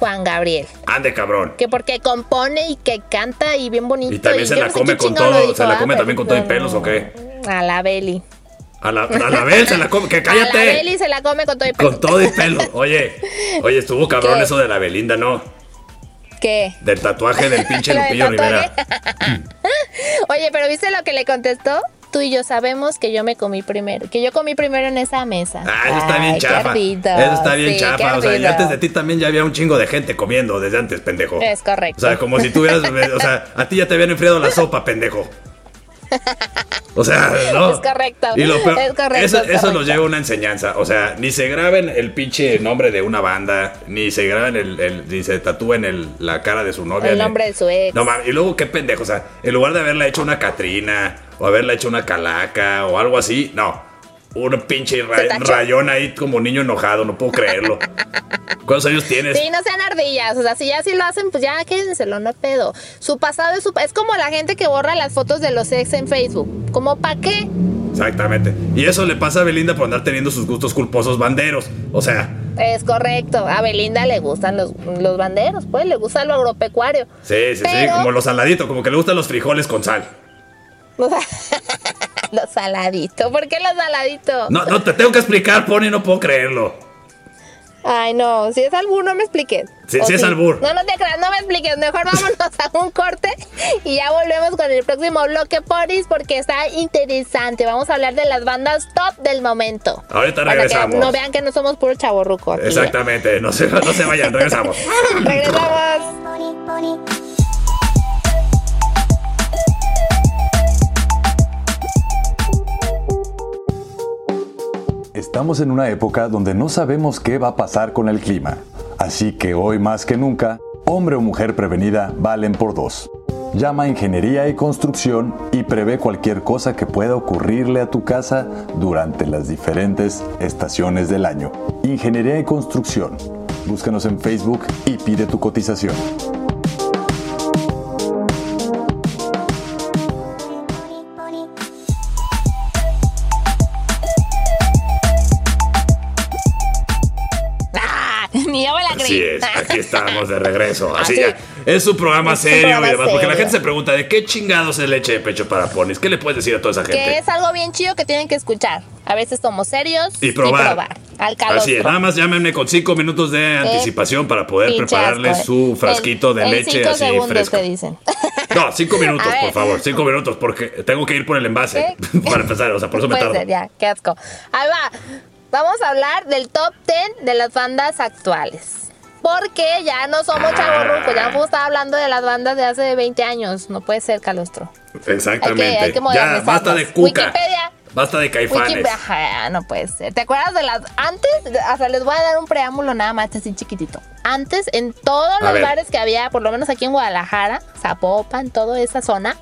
S2: Juan Gabriel.
S3: Ande, cabrón.
S2: Que porque compone y que canta y bien bonito.
S3: Y también se
S2: yo
S3: la
S2: no sé
S3: come
S2: qué
S3: con
S2: chingado
S3: todo,
S2: lo dijo,
S3: se la
S2: ah,
S3: come
S2: pero-
S3: también con todo y pelos, ¿o qué?
S2: A la Beli.
S3: A la, a la Bel se la come. Que
S2: A la Beli
S3: cállate.
S2: se la come con todo y pelos.
S3: Con todo y pelo. Oye, oye, estuvo cabrón
S2: ¿Qué?
S3: eso de la Belinda, ¿no?
S2: ¿Qué?
S3: Del tatuaje del pinche
S2: Lo del
S3: Lupillo Rivera.
S2: tatuaje. Oye, pero ¿viste lo que le contestó? Tú y yo sabemos que yo me comí primero, que yo comí primero en esa mesa.
S3: Ah, eso está bien
S2: Ay, qué
S3: chafa.
S2: ardido.
S3: Eso está bien
S2: Sí, qué
S3: chafa. O sea, y
S2: ardido.
S3: antes de ti también ya había un chingo de gente comiendo desde antes, pendejo.
S2: Es correcto.
S3: O sea, como si tú hubieras. O sea, a ti ya te habían enfriado la sopa, pendejo. O sea, no.
S2: Es correcto.
S3: Y lo peor-
S2: Es correcto,
S3: Eso,
S2: es
S3: eso
S2: correcto.
S3: nos lleva a una enseñanza. O sea, ni se graben el pinche nombre de una banda, ni se graben el. el- ni se tatúen el- la cara de su novia.
S2: El
S3: ni-
S2: nombre de su ex.
S3: No mames. Y luego, qué pendejo. O sea, en lugar de haberla hecho una Catrina, o haberla hecho una Calaca, o algo así, no. Un pinche ra-
S2: Se tachó.
S3: rayón ahí como niño enojado, no puedo creerlo. ¿Cuántos años tienes?
S2: Sí, no sean ardillas. O sea, si ya sí lo hacen, pues ya quédenselo, no hay pedo. Su pasado es su. pa- Es como la gente que borra las fotos de los ex en Facebook. ¿Como pa' qué?
S3: Exactamente. Y eso le pasa a Belinda por andar teniendo sus gustos culposos banderos. O sea,
S2: Es correcto. A Belinda le gustan los, los banderos, pues le gusta lo agropecuario.
S3: sí, sí, sí,
S2: Pero-
S3: como los saladitos, como que le gustan los frijoles con sal.
S2: O sea, lo saladito. ¿Por qué lo saladito?
S3: No, no, te tengo que explicar, Pony, no puedo creerlo.
S2: Ay, no. Si es albur, no me expliques.
S3: Sí,
S2: ¿O
S3: sí es albur.
S2: No, no te creas, no me expliques. Mejor vámonos a un corte y ya volvemos con el próximo bloque, Poris, porque está interesante. Vamos a hablar de las bandas top del momento.
S3: Ahorita
S2: Para que
S3: regresamos.
S2: no vean que no somos puro chaborruco.
S3: Exactamente, no se, no se vayan, regresamos.
S2: Regresamos.
S4: Estamos en una época donde no sabemos qué va a pasar con el clima. Así que hoy más que nunca, hombre o mujer prevenida valen por dos. Llama a Ingeniería y Construcción y prevé cualquier cosa que pueda ocurrirle a tu casa durante las diferentes estaciones del año. Ingeniería y Construcción. Búscanos en Facebook y pide tu cotización.
S2: Ah, Ni yo me la creí.
S3: Así es, aquí estamos de regreso. Así
S2: Así.
S3: ya. Es su programa
S2: Es un
S3: serio
S2: programa
S3: y demás, porque la
S2: serio.
S3: gente se pregunta de qué chingados es leche de pecho para ponis. ¿Qué le puedes decir a toda esa gente?
S2: que es algo bien chido que tienen que escuchar. A veces somos serios
S3: Y probar.
S2: Al calor.
S3: Así es, nada más llámenme con cinco minutos de anticipación para poder
S2: Pinche
S3: prepararles
S2: asco, eh.
S3: su frasquito de
S2: En- en
S3: leche
S2: cinco
S3: así
S2: segundos
S3: fresco.
S2: te dicen.
S3: No, cinco minutos,
S2: A ver.
S3: por favor, cinco minutos, porque tengo que ir por el envase
S2: ¿Qué?
S3: para empezar, o sea, por eso me
S2: Puede
S3: tardo.
S2: ser, ya, qué asco. Ahí va. Vamos a hablar del top 10 de las bandas actuales. Porque ya no somos
S3: Ah.
S2: chavorrucos, ya hemos estado hablando de las bandas de hace 20 años. No puede ser, Calostro.
S3: Exactamente.
S2: Hay que- hay que
S3: ya,
S2: modernizarnos.
S3: basta de cuca.
S2: Wikipedia.
S3: Basta de caifanes.
S2: Wiki- ajá, no puede ser. ¿Te acuerdas de las antes? Hasta les voy a dar un preámbulo nada más así chiquitito. Antes, en todos los
S3: ver.
S2: bares que había, por lo menos aquí en Guadalajara, Zapopan, toda esa zona,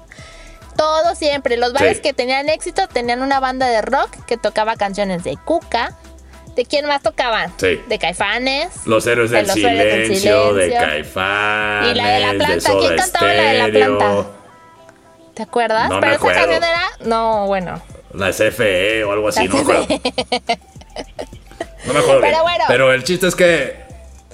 S2: todo siempre. Los bares
S3: Sí.
S2: que tenían éxito tenían una banda de rock que tocaba canciones de Cuca. ¿De quién más tocaban?
S3: Sí.
S2: De Caifanes.
S3: Los héroes del,
S2: Los héroes
S3: silencio,
S2: del
S3: de
S2: silencio.
S3: caifanes.
S2: Y la de la
S3: De
S2: planta,
S3: Soda
S2: ¿quién cantaba la de la
S3: Stereo,
S2: planta? ¿Te acuerdas?
S3: No me
S2: Pero esa
S3: acuerdo.
S2: canción era. No, bueno.
S3: La CFE E o algo así,
S2: La E.
S3: no me acuerdo. No me acuerdo
S2: Pero
S3: bien.
S2: bueno.
S3: Pero el chiste es que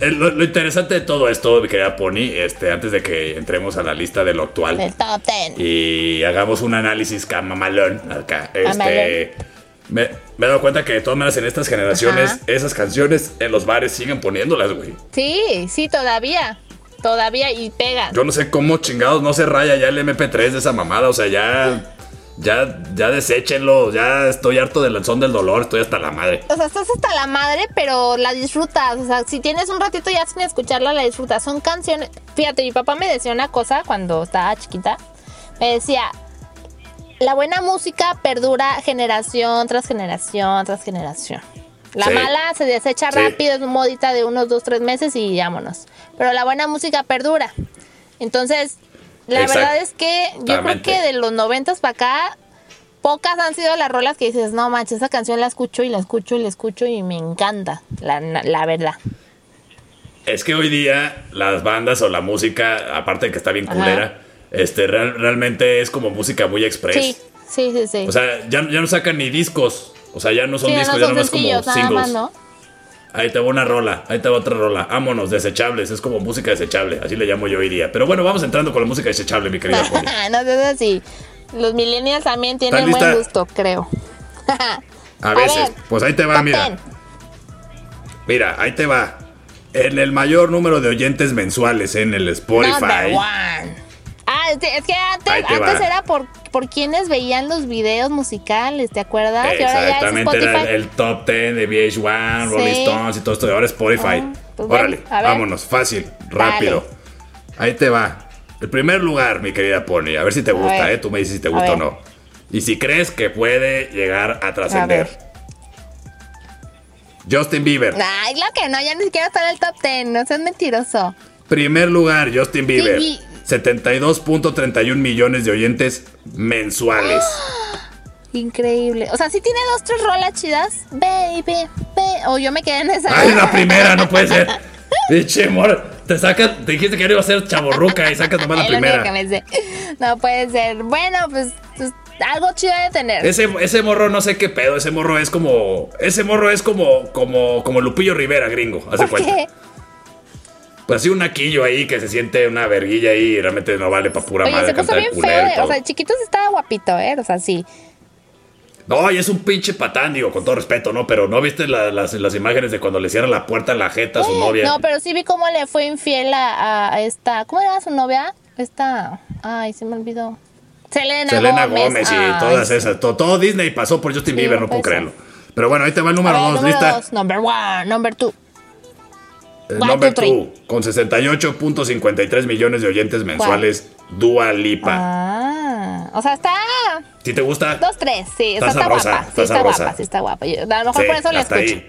S3: el- lo, lo interesante de todo esto, mi querida Pony, este, antes de que entremos a la lista de lo actual
S2: Del top 10.
S3: y hagamos un análisis camamalón acá,
S2: Mamalón.
S3: este, me, me he dado cuenta que de todas maneras en estas generaciones
S2: Ajá.
S3: esas canciones en los bares siguen poniéndolas, güey.
S2: Sí, sí, todavía. Todavía y pegan.
S3: Yo no sé cómo chingados no se raya ya el MP3 de esa mamada, o sea, ya... Ya, ya deséchenlo, ya estoy harto del lanzón del dolor, estoy hasta la madre.
S2: O sea, estás hasta la madre, pero la disfrutas. O sea, si tienes un ratito ya sin escucharla, la disfrutas. Son canciones. Fíjate, mi papá me decía una cosa cuando estaba chiquita. Me decía, la buena música perdura generación tras generación tras generación. La
S3: Sí.
S2: mala se desecha
S3: Sí.
S2: rápido, es modita de unos dos, tres meses y vámonos. Pero la buena música perdura. Entonces, la
S3: Exacto.
S2: verdad es que yo creo
S3: Exactamente.
S2: que de los noventas para acá pocas han sido las rolas que dices, no manches, esa canción la escucho y la escucho y la escucho y me encanta, la, la verdad.
S3: Es que hoy día las bandas o la música, aparte de que está bien
S2: Ajá.
S3: culera, este, real- realmente es como música muy express.
S2: Sí, sí, sí, sí.
S3: O sea, ya, ya no sacan ni discos. O sea, ya no son
S2: Sí,
S3: discos, ya nomás como
S2: nada
S3: singles.
S2: más, ¿no?
S3: Ahí te va una rola, ahí te va otra rola. Vámonos, desechables. Es como música desechable, así le llamo yo hoy día. Pero bueno, vamos entrando con la música desechable, mi querida Poli.
S2: no sé si los millennials también tienen
S3: ¿Estás
S2: buen
S3: lista?
S2: gusto, creo.
S3: A veces.
S2: ver,
S3: Pues ahí te va,
S2: top
S3: mira.
S2: ten.
S3: Mira, ahí te va. En el mayor número de oyentes mensuales en el
S2: Number
S3: Spotify.
S2: one. Ah, este, es que antes,
S3: Ahí te
S2: antes
S3: va.
S2: era por, por quienes veían los videos musicales, ¿te acuerdas? Y Ah, ahora ya es
S3: Exactamente, era
S2: Spotify.
S3: el, el top 10 de VH1,
S2: Sí.
S3: Rolling Stones y todo esto. de Ahora Spotify.
S2: Ah, pues
S3: Órale,
S2: bueno, a ver.
S3: vámonos, fácil, rápido. Ahí te va. El primer lugar, mi querida Pony. A ver si te gusta,
S2: ver.
S3: ¿eh? Tú me dices si te
S2: A
S3: gusta o
S2: ver.
S3: no. Y si crees que puede llegar a trascender. Justin Bieber.
S2: Ay, claro que no, ya ni siquiera está en el top ten, no seas mentiroso.
S3: Primer lugar, Justin Bieber.
S2: Sí,
S3: 72.31 millones de oyentes mensuales.
S2: Increíble. O sea, sí tiene dos, tres rolas chidas. Baby, baby. O yo me quedé en esa.
S3: ¡Ay, la primera! No puede ser. Pinche mor, te sacas, te dijiste que no iba a ser chaborruca y sacas nomás la
S2: Es lo único
S3: primera.
S2: que me sé. No puede ser. Bueno, pues, pues, algo chido de tener.
S3: Ese, ese morro no sé qué pedo, ese morro es como. Ese morro es como. como. como Lupillo Rivera, gringo. Hace
S2: ¿Por
S3: cuenta.
S2: qué?
S3: Pues así un naquillo ahí que se siente una verguilla ahí y realmente no vale para pura
S2: Oye,
S3: madre
S2: se puso
S3: cantar
S2: bien feo.
S3: culero y
S2: de- O
S3: todo.
S2: sea, chiquitos estaba guapito, ¿eh? O sea, sí.
S3: No, y es un pinche patán, digo, con todo respeto, ¿no? Pero ¿no viste la- las, las imágenes de cuando le cierran la puerta a la jeta a su novia?
S2: No, pero sí vi cómo le fue infiel a, a esta. ¿Cómo era su novia? Esta. Ay, se me olvidó. Selena,
S3: Selena
S2: Gómez.
S3: Gómez y
S2: Ay,
S3: todas esas. Todo, todo Disney pasó por Justin
S2: Sí,
S3: Bieber, no
S2: no
S3: puedo
S2: puede
S3: creerlo. Pero bueno, ahí te va el
S2: A
S3: número
S2: ver,
S3: 2,
S2: número
S3: ¿lista?
S2: dos, number one, number two.
S3: El
S2: One,
S3: number
S2: two, three.
S3: 2, con 68.53 millones de oyentes mensuales, Dua Lipa.
S2: Ah, o sea, está
S3: ¿Si te gusta?
S2: dos, tres, sí, o sea,
S3: Está
S2: está,
S3: sabrosa,
S2: guapa,
S3: está
S2: sí, está
S3: sabrosa.
S2: guapa, sí, está guapa. Yo- a lo mejor
S3: Sí,
S2: por eso la
S3: hasta
S2: escucho.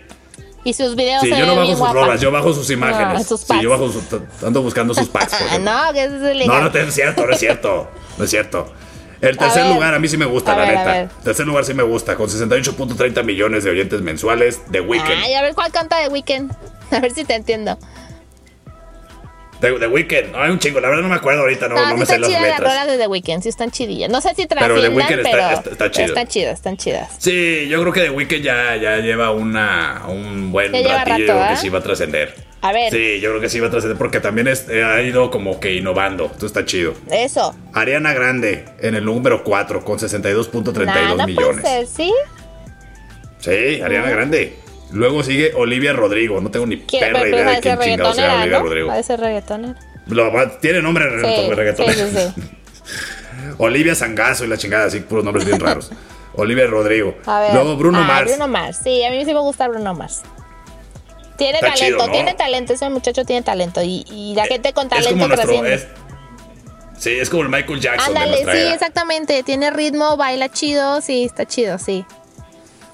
S2: Y sus videos
S3: Sí,
S2: se
S3: yo
S2: ven
S3: no bajo
S2: bien
S3: sus
S2: guapas.
S3: rolas, yo bajo sus imágenes.
S2: sus
S3: sí,
S2: packs.
S3: yo bajo sus, ando buscando sus packs. por
S2: Ah,
S3: ejemplo.
S2: no, que eso es
S3: No,
S2: ilegal.
S3: no te- es cierto, no es cierto. No es cierto. El
S2: A
S3: tercer
S2: ver.
S3: lugar a mí sí me gusta,
S2: A
S3: la
S2: ver, a
S3: neta.
S2: ver.
S3: El tercer lugar sí me gusta, con 68.30 millones de oyentes mensuales de
S2: Ay,
S3: Weekend.
S2: a ver cuál canta de Weekend. A ver si te entiendo.
S3: The, The Weeknd, no, hay un chingo, la verdad no me acuerdo ahorita, no,
S2: No,
S3: no
S2: sí
S3: me sé
S2: están
S3: las
S2: chidas las
S3: letras.
S2: rolas de The Weeknd, sí están chidillas. No sé si
S3: Pero The
S2: trasciendan, pero,
S3: Weeknd está- está- está chido.
S2: están chidas, están chidas.
S3: Sí, yo creo que The Weeknd ya, ya lleva una, un buen
S2: Ya lleva
S3: ratillo, yo
S2: rato,
S3: creo que
S2: ¿ah?
S3: sí va a trascender.
S2: A ver.
S3: Sí, yo creo que sí va a trascender porque también es- eh, ha ido como que innovando. Esto está chido.
S2: Eso.
S3: Ariana Grande en el número 4 con 62.32
S2: Nah, no
S3: millones.
S2: puede ser, pues, eh, ¿sí?
S3: Sí, Ariana Grande. Luego sigue Olivia Rodrigo. No tengo ni
S2: ¿Quién, Pues,
S3: perra idea de quién chingados sea Olivia
S2: ¿no?
S3: Rodrigo.
S2: Ha de ser reggaetonera.
S3: Lo va- tiene nombre de
S2: Sí,
S3: reggaeton- reggaetonera.
S2: sí, sí, sí.
S3: Olivia Sangazo y la chingada, así puros nombres bien raros. Olivia Rodrigo.
S2: A ver.
S3: Luego Bruno
S2: Ah,
S3: Mars.
S2: Bruno Mars, sí, a mí sí me gusta Bruno Mars. Tiene
S3: Está
S2: talento,
S3: chido, ¿no? Eh,
S2: tiene talento, ese muchacho tiene talento. Y, y la gente con
S3: es
S2: talento
S3: como nuestro.
S2: trasciende.
S3: Es, sí, es como el Michael Jackson de
S2: Ándale,
S3: nuestra
S2: sí,
S3: era.
S2: exactamente. Tiene ritmo, baila chido, sí, está chido, sí.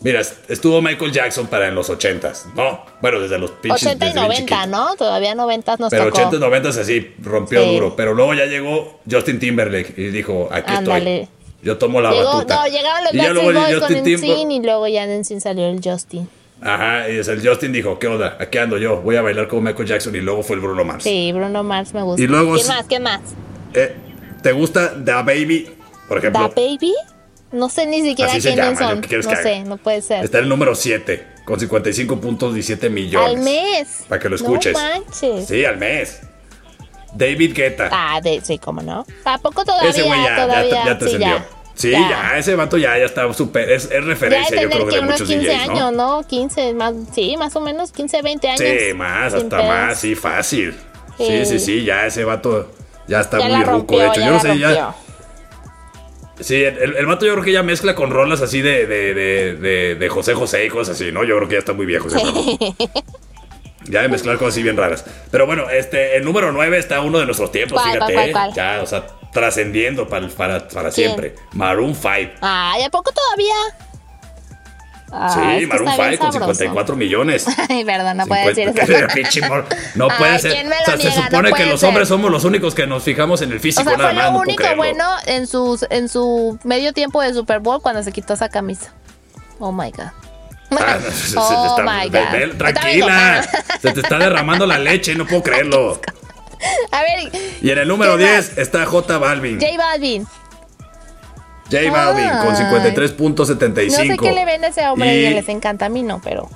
S3: Mira, estuvo Michael Jackson para en los 80s. No, bueno, desde los pinches.
S2: 80 y
S3: desde bien
S2: 90,
S3: chiquito.
S2: ¿no? Todavía 90 nos
S3: Pero
S2: tocó.
S3: 80 y 90 así, rompió
S2: Sí.
S3: duro. Pero luego ya llegó Justin Timberlake y dijo: Aquí
S2: Ándale.
S3: estoy. Yo tomo la
S2: Llegó-
S3: batuta.
S2: no, llegaron los
S3: y ya
S2: Backstreet
S3: luego
S2: Boys con
S3: Justin Timberlake.
S2: Ensign y luego ya de Ensign salió el Justin.
S3: Ajá, y es el Justin dijo, ¿qué onda? Aquí ando yo, voy a bailar como Michael Jackson y luego fue el Bruno Mars.
S2: Sí, Bruno Mars me gusta.
S3: Y luego
S2: ¿Quién
S3: es-
S2: más? ¿Quién más?
S3: Eh, ¿Te gusta The Baby? Por
S2: ¿Da
S3: ejemplo,
S2: Baby? No sé ni siquiera
S3: Así se
S2: quiénes
S3: llama,
S2: son.
S3: ¿qué quieres
S2: No
S3: que este haga?
S2: sé, no puede ser.
S3: está en el número 7 con 55.17 millones.
S2: Al mes.
S3: Para que lo escuches.
S2: No manches.
S3: Sí, al mes. David Guetta.
S2: Ah, de, sí, cómo no. ¿A poco todavía?
S3: ese güey ya, ya,
S2: todavía,
S3: te- ya
S2: sí,
S3: trascendió. Sí, ya. ese vato ya, ya está súper. Es, es
S2: Ya de
S3: referencia, yo
S2: tener
S3: creo,
S2: que
S3: de
S2: unos
S3: muchos
S2: 15
S3: DJs, ¿no?
S2: años, ¿no? 15, más, sí, más o menos 15, 20 años.
S3: Sí, más,
S2: Sin
S3: hasta
S2: pedos.
S3: más, sí, fácil. Sí,
S2: Sí.
S3: sí, sí, ya ese vato ya está
S2: Ya
S3: muy
S2: la
S3: ruco.
S2: rompió,
S3: De hecho,
S2: ya
S3: yo no
S2: la
S3: sé, ya.
S2: rompió.
S3: Sí, el, el- el vato yo creo que ya mezcla con rolas así de, de, de, de, de José José y cosas así, ¿no? Yo creo que ya está muy viejo. ese cabrón. ya de mezclar cosas así bien raras. Pero bueno, este, el número 9 está uno de nuestros tiempos,
S2: ¿Cuál,
S3: fíjate.
S2: cuál,
S3: ¿eh?
S2: cuál, cuál?
S3: Ya, o sea, trascendiendo para, para, para
S2: ¿Quién?
S3: siempre. Maroon 5.
S2: Ay, ¿a poco todavía?
S3: Sí,
S2: Ay, es que
S3: Maroon
S2: Ah, este está
S3: 5
S2: bien
S3: con
S2: sabroso.
S3: 54 millones.
S2: Ay, perdón, no puedo decir
S3: 50.
S2: eso.
S3: Pinche mor- No
S2: Ay,
S3: puede ser.
S2: ¿quién me lo
S3: o sea, se
S2: niega? No
S3: supone que
S2: puede
S3: los
S2: ser.
S3: hombres somos los únicos que nos fijamos en el físico
S2: O sea,
S3: nada
S2: fue
S3: más.
S2: lo
S3: no puedo
S2: único
S3: creerlo.
S2: bueno en, sus, en su medio tiempo de Super Bowl cuando se quitó esa camisa. Oh my God.
S3: Ah, se- se- se-
S2: oh
S3: está-
S2: my
S3: ve-
S2: God.
S3: ve-
S2: Está
S3: tranquila.
S2: bien enojada.
S3: Se te está derramando la leche, no puedo creerlo.
S2: A ver,
S3: Y en el número
S2: ¿Qué más?
S3: 10 está J Balvin.
S2: J Balvin.
S3: J Balvin con
S2: Ay.
S3: con 53.75.
S2: No sé qué le ven a ese hombre y... les
S3: Y
S2: encanta a mí, no, pero.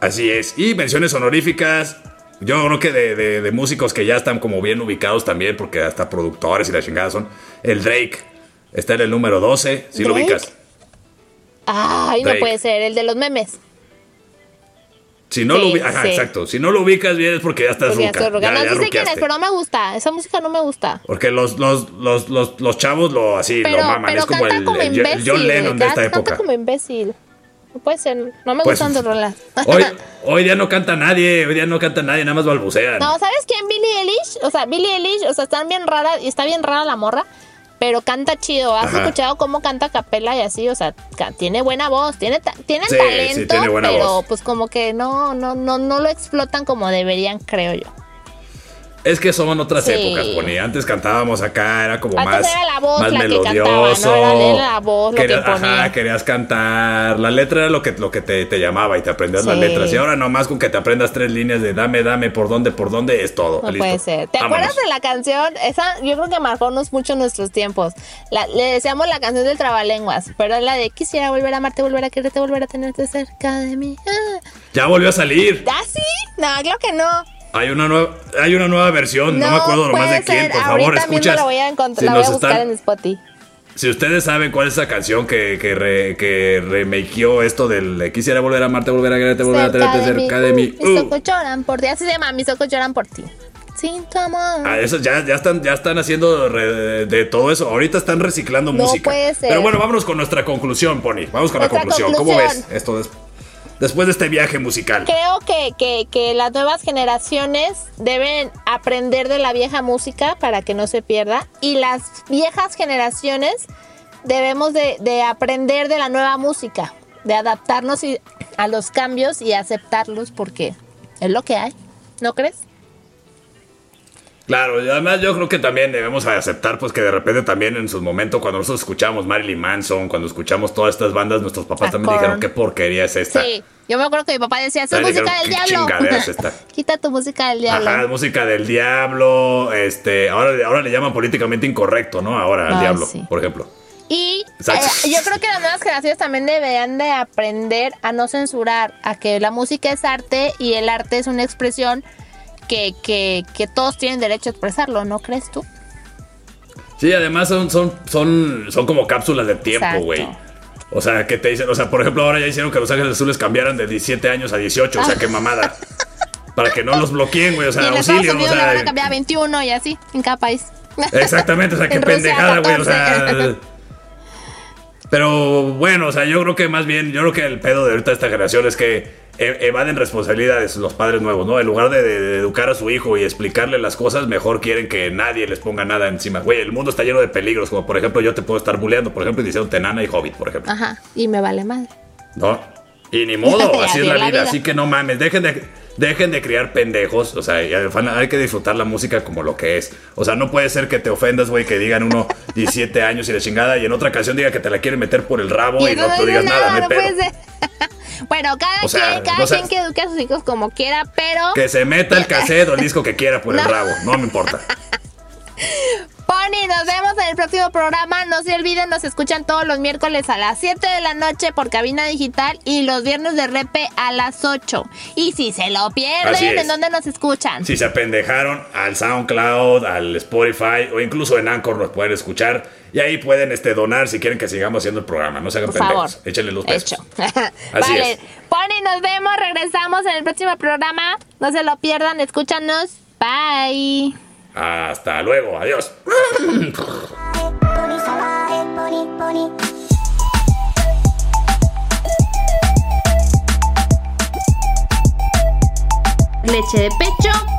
S3: Así es. Y menciones honoríficas. Yo creo que de, de- de músicos que ya están como bien ubicados también, porque hasta productores y la chingada son. El Drake está en el número 12. Si lo
S2: ¿Drake?
S3: ubicas.
S2: Ay,
S3: Drake.
S2: no puede ser, el de los memes.
S3: Si no
S2: Sí,
S3: lo ubicas. Ajá,
S2: sí.
S3: exacto. Si no lo ubicas bien es porque ya estás
S2: Porque ya
S3: ruca.
S2: soy ruca.
S3: Ya-
S2: No, sí
S3: ya
S2: sé quién es,
S3: ruqueaste.
S2: pero no me gusta. Esa música no me gusta.
S3: Porque los, los, los, los, los chavos lo así,
S2: Pero,
S3: lo maman.
S2: pero
S3: es como
S2: canta
S3: el,
S2: como
S3: el- el
S2: imbécil.
S3: John
S2: güey.
S3: Lennon de esta
S2: Canta-
S3: época.
S2: Canta como imbécil. No puede ser. No me
S3: Pues,
S2: gustan sus rolas.
S3: Hoy, hoy día no canta nadie, hoy día no canta nadie, nada más balbucean.
S2: No, ¿sabes quién? Billie Eilish. O sea, Billie Eilish, o sea, están bien rara y está bien rara la morra, pero canta chido. ¿Has
S3: Ajá.
S2: escuchado cómo canta a capela y así? O sea, ca- tiene buena voz, tiene ta- tienen
S3: Sí, sí,
S2: talento,
S3: tiene buena
S2: pero
S3: voz.
S2: pues como que no, no, no, no lo explotan como deberían, creo yo.
S3: Es que son otras
S2: Sí.
S3: épocas, Pony. Antes cantábamos acá, era como
S2: Antes
S3: más,
S2: era la voz
S3: más
S2: la que
S3: melodioso.
S2: cantaba, ¿no? Era la voz lo que
S3: Querías-
S2: ponía.
S3: ajá, querías cantar. La letra era lo que, lo que te, te llamaba y te aprendías las
S2: Sí.
S3: letras. Y ahora nomás con que te aprendas tres líneas de dame, dame, por dónde, por dónde, es todo.
S2: No
S3: listo.
S2: puede ser. ¿Te
S3: Vámonos.
S2: acuerdas de la canción? Esa yo creo que marcó nos- mucho nuestros tiempos. La- le decíamos la canción del trabalenguas, pero es la de quisiera volver a amarte, volver a quererte, volver a tenerte cerca de mí. Ah,
S3: Ya volvió a salir.
S2: ¿Ah, sí? No, claro que no.
S3: Hay una nueva, hay una nueva versión. No, me acuerdo nomás
S2: puede
S3: de quién.
S2: ser.
S3: Por favor,
S2: Ahorita
S3: escucha.
S2: mismo la voy a encontrar,
S3: Si
S2: la voy a
S3: nos
S2: buscar
S3: están-
S2: en Spotify.
S3: Si ustedes saben cuál es esa canción que, que, re- que remakeó esto del de quisiera volver a amarte, volver a quererte, volver a tenerte cerca de mí.
S2: Uh, mis
S3: Uh.
S2: ojos lloran por ti. Así se llama, mis ojos lloran por ti. Sin tu amor.
S3: Ah, esos ya, ya, están, ya están haciendo re- de todo eso. Ahorita están reciclando
S2: No
S3: música.
S2: puede ser.
S3: Pero bueno, vámonos con nuestra conclusión, Pony. Vamos con
S2: Nuestra
S3: la conclusión. ¿Cómo
S2: conclusión.
S3: ves esto des- después de este viaje musical?
S2: Creo que, que, que las nuevas generaciones deben aprender de la vieja música para que no se pierda. Y las viejas generaciones debemos de, de aprender de la nueva música, de adaptarnos y- a los cambios y aceptarlos porque es lo que hay, ¿no crees?
S3: Claro, y además yo creo que también debemos aceptar pues que de repente también en sus momentos cuando nosotros escuchamos Marilyn Manson, cuando escuchamos todas estas bandas, nuestros papás
S2: A
S3: también dijeron
S2: Korn.
S3: qué porquería es esta.
S2: Sí, yo me acuerdo que mi papá decía, "Esa es
S3: Ay,
S2: música
S3: dijeron,
S2: del
S3: "Qué
S2: diablo.
S3: chingadera es esta.
S2: Quita tu música del diablo.
S3: Ajá, música del diablo, este, ahora, ahora le llaman políticamente incorrecto, ¿no? Ahora al
S2: Ay,
S3: diablo,
S2: Ah, sí.
S3: por ejemplo.
S2: Y
S3: Exacto.
S2: eh, yo creo que las nuevas generaciones también deberían de aprender a no censurar, a que la música es arte y el arte es una expresión que, que, que todos tienen derecho a expresarlo, ¿no crees tú?
S3: Sí, además son, son, son, son como cápsulas de tiempo,
S2: Exacto.
S3: güey. O sea, que te dicen, o sea, por ejemplo, ahora ya hicieron que Los Ángeles Azules cambiaran de 17 años a 18, o sea, qué mamada. Para que no los bloqueen, güey, o
S2: Ah. y
S3: sea,
S2: en
S3: auxilio,
S2: Estados
S3: o
S2: Unidos le van a
S3: sea.
S2: cambiar a 21 y así, en cada país.
S3: Exactamente, o sea, qué
S2: En Rusia,
S3: pendejada, güey, o sea.
S2: 14.
S3: Pero bueno, o sea, yo creo que más bien, yo creo que el pedo de ahorita esta generación es que e- evaden responsabilidades los padres nuevos, ¿no? En lugar de, de- de educar a su hijo y explicarle las cosas, mejor quieren que nadie les ponga nada encima. Güey, el mundo está lleno de peligros, como por ejemplo yo te puedo estar bulleando, por ejemplo, y diciéndote nana y hobbit, por ejemplo.
S2: Ajá, y me vale madre.
S3: ¿No? Y ni modo,
S2: Así
S3: así es
S2: es
S3: la
S2: la
S3: vida,
S2: vida.
S3: así que no mames, dejen de, dejen de criar pendejos, o sea, y al final hay que disfrutar la música como lo que es. O sea, no puede ser que te ofendas, güey, que digan uno 17 años y la chingada, y en otra canción diga que te la quieren meter por el rabo y,
S2: eso
S3: no tú digas nada, pues, ¿eh? no hay
S2: no
S3: pedo.
S2: puede ser. bueno, cada
S3: O sea,
S2: quien, cada
S3: no
S2: quien
S3: seas-
S2: que eduque a sus hijos como quiera, pero...
S3: Que se meta el cassette o el disco que quiera por el rabo, no me importa.
S2: Pony, nos vemos en el próximo programa. No se olviden, nos escuchan todos los miércoles a las 7 de la noche por cabina digital y los viernes de repe a las 8. Y si se lo
S3: Así
S2: pierden,
S3: es.
S2: ¿en dónde nos escuchan?
S3: Si se apendejaron al SoundCloud, al Spotify o incluso en Anchor nos pueden escuchar y ahí pueden este, donar si quieren que sigamos haciendo el programa. No se hagan
S2: Por favor.
S3: pendejos, échenle los pesos.
S2: Hecho. vale.
S3: es.
S2: Pony, nos vemos. Regresamos en el próximo programa. No se lo pierdan. Escúchanos. Bye.
S3: Hasta luego, adiós.
S1: pony, pony.
S2: Leche de pecho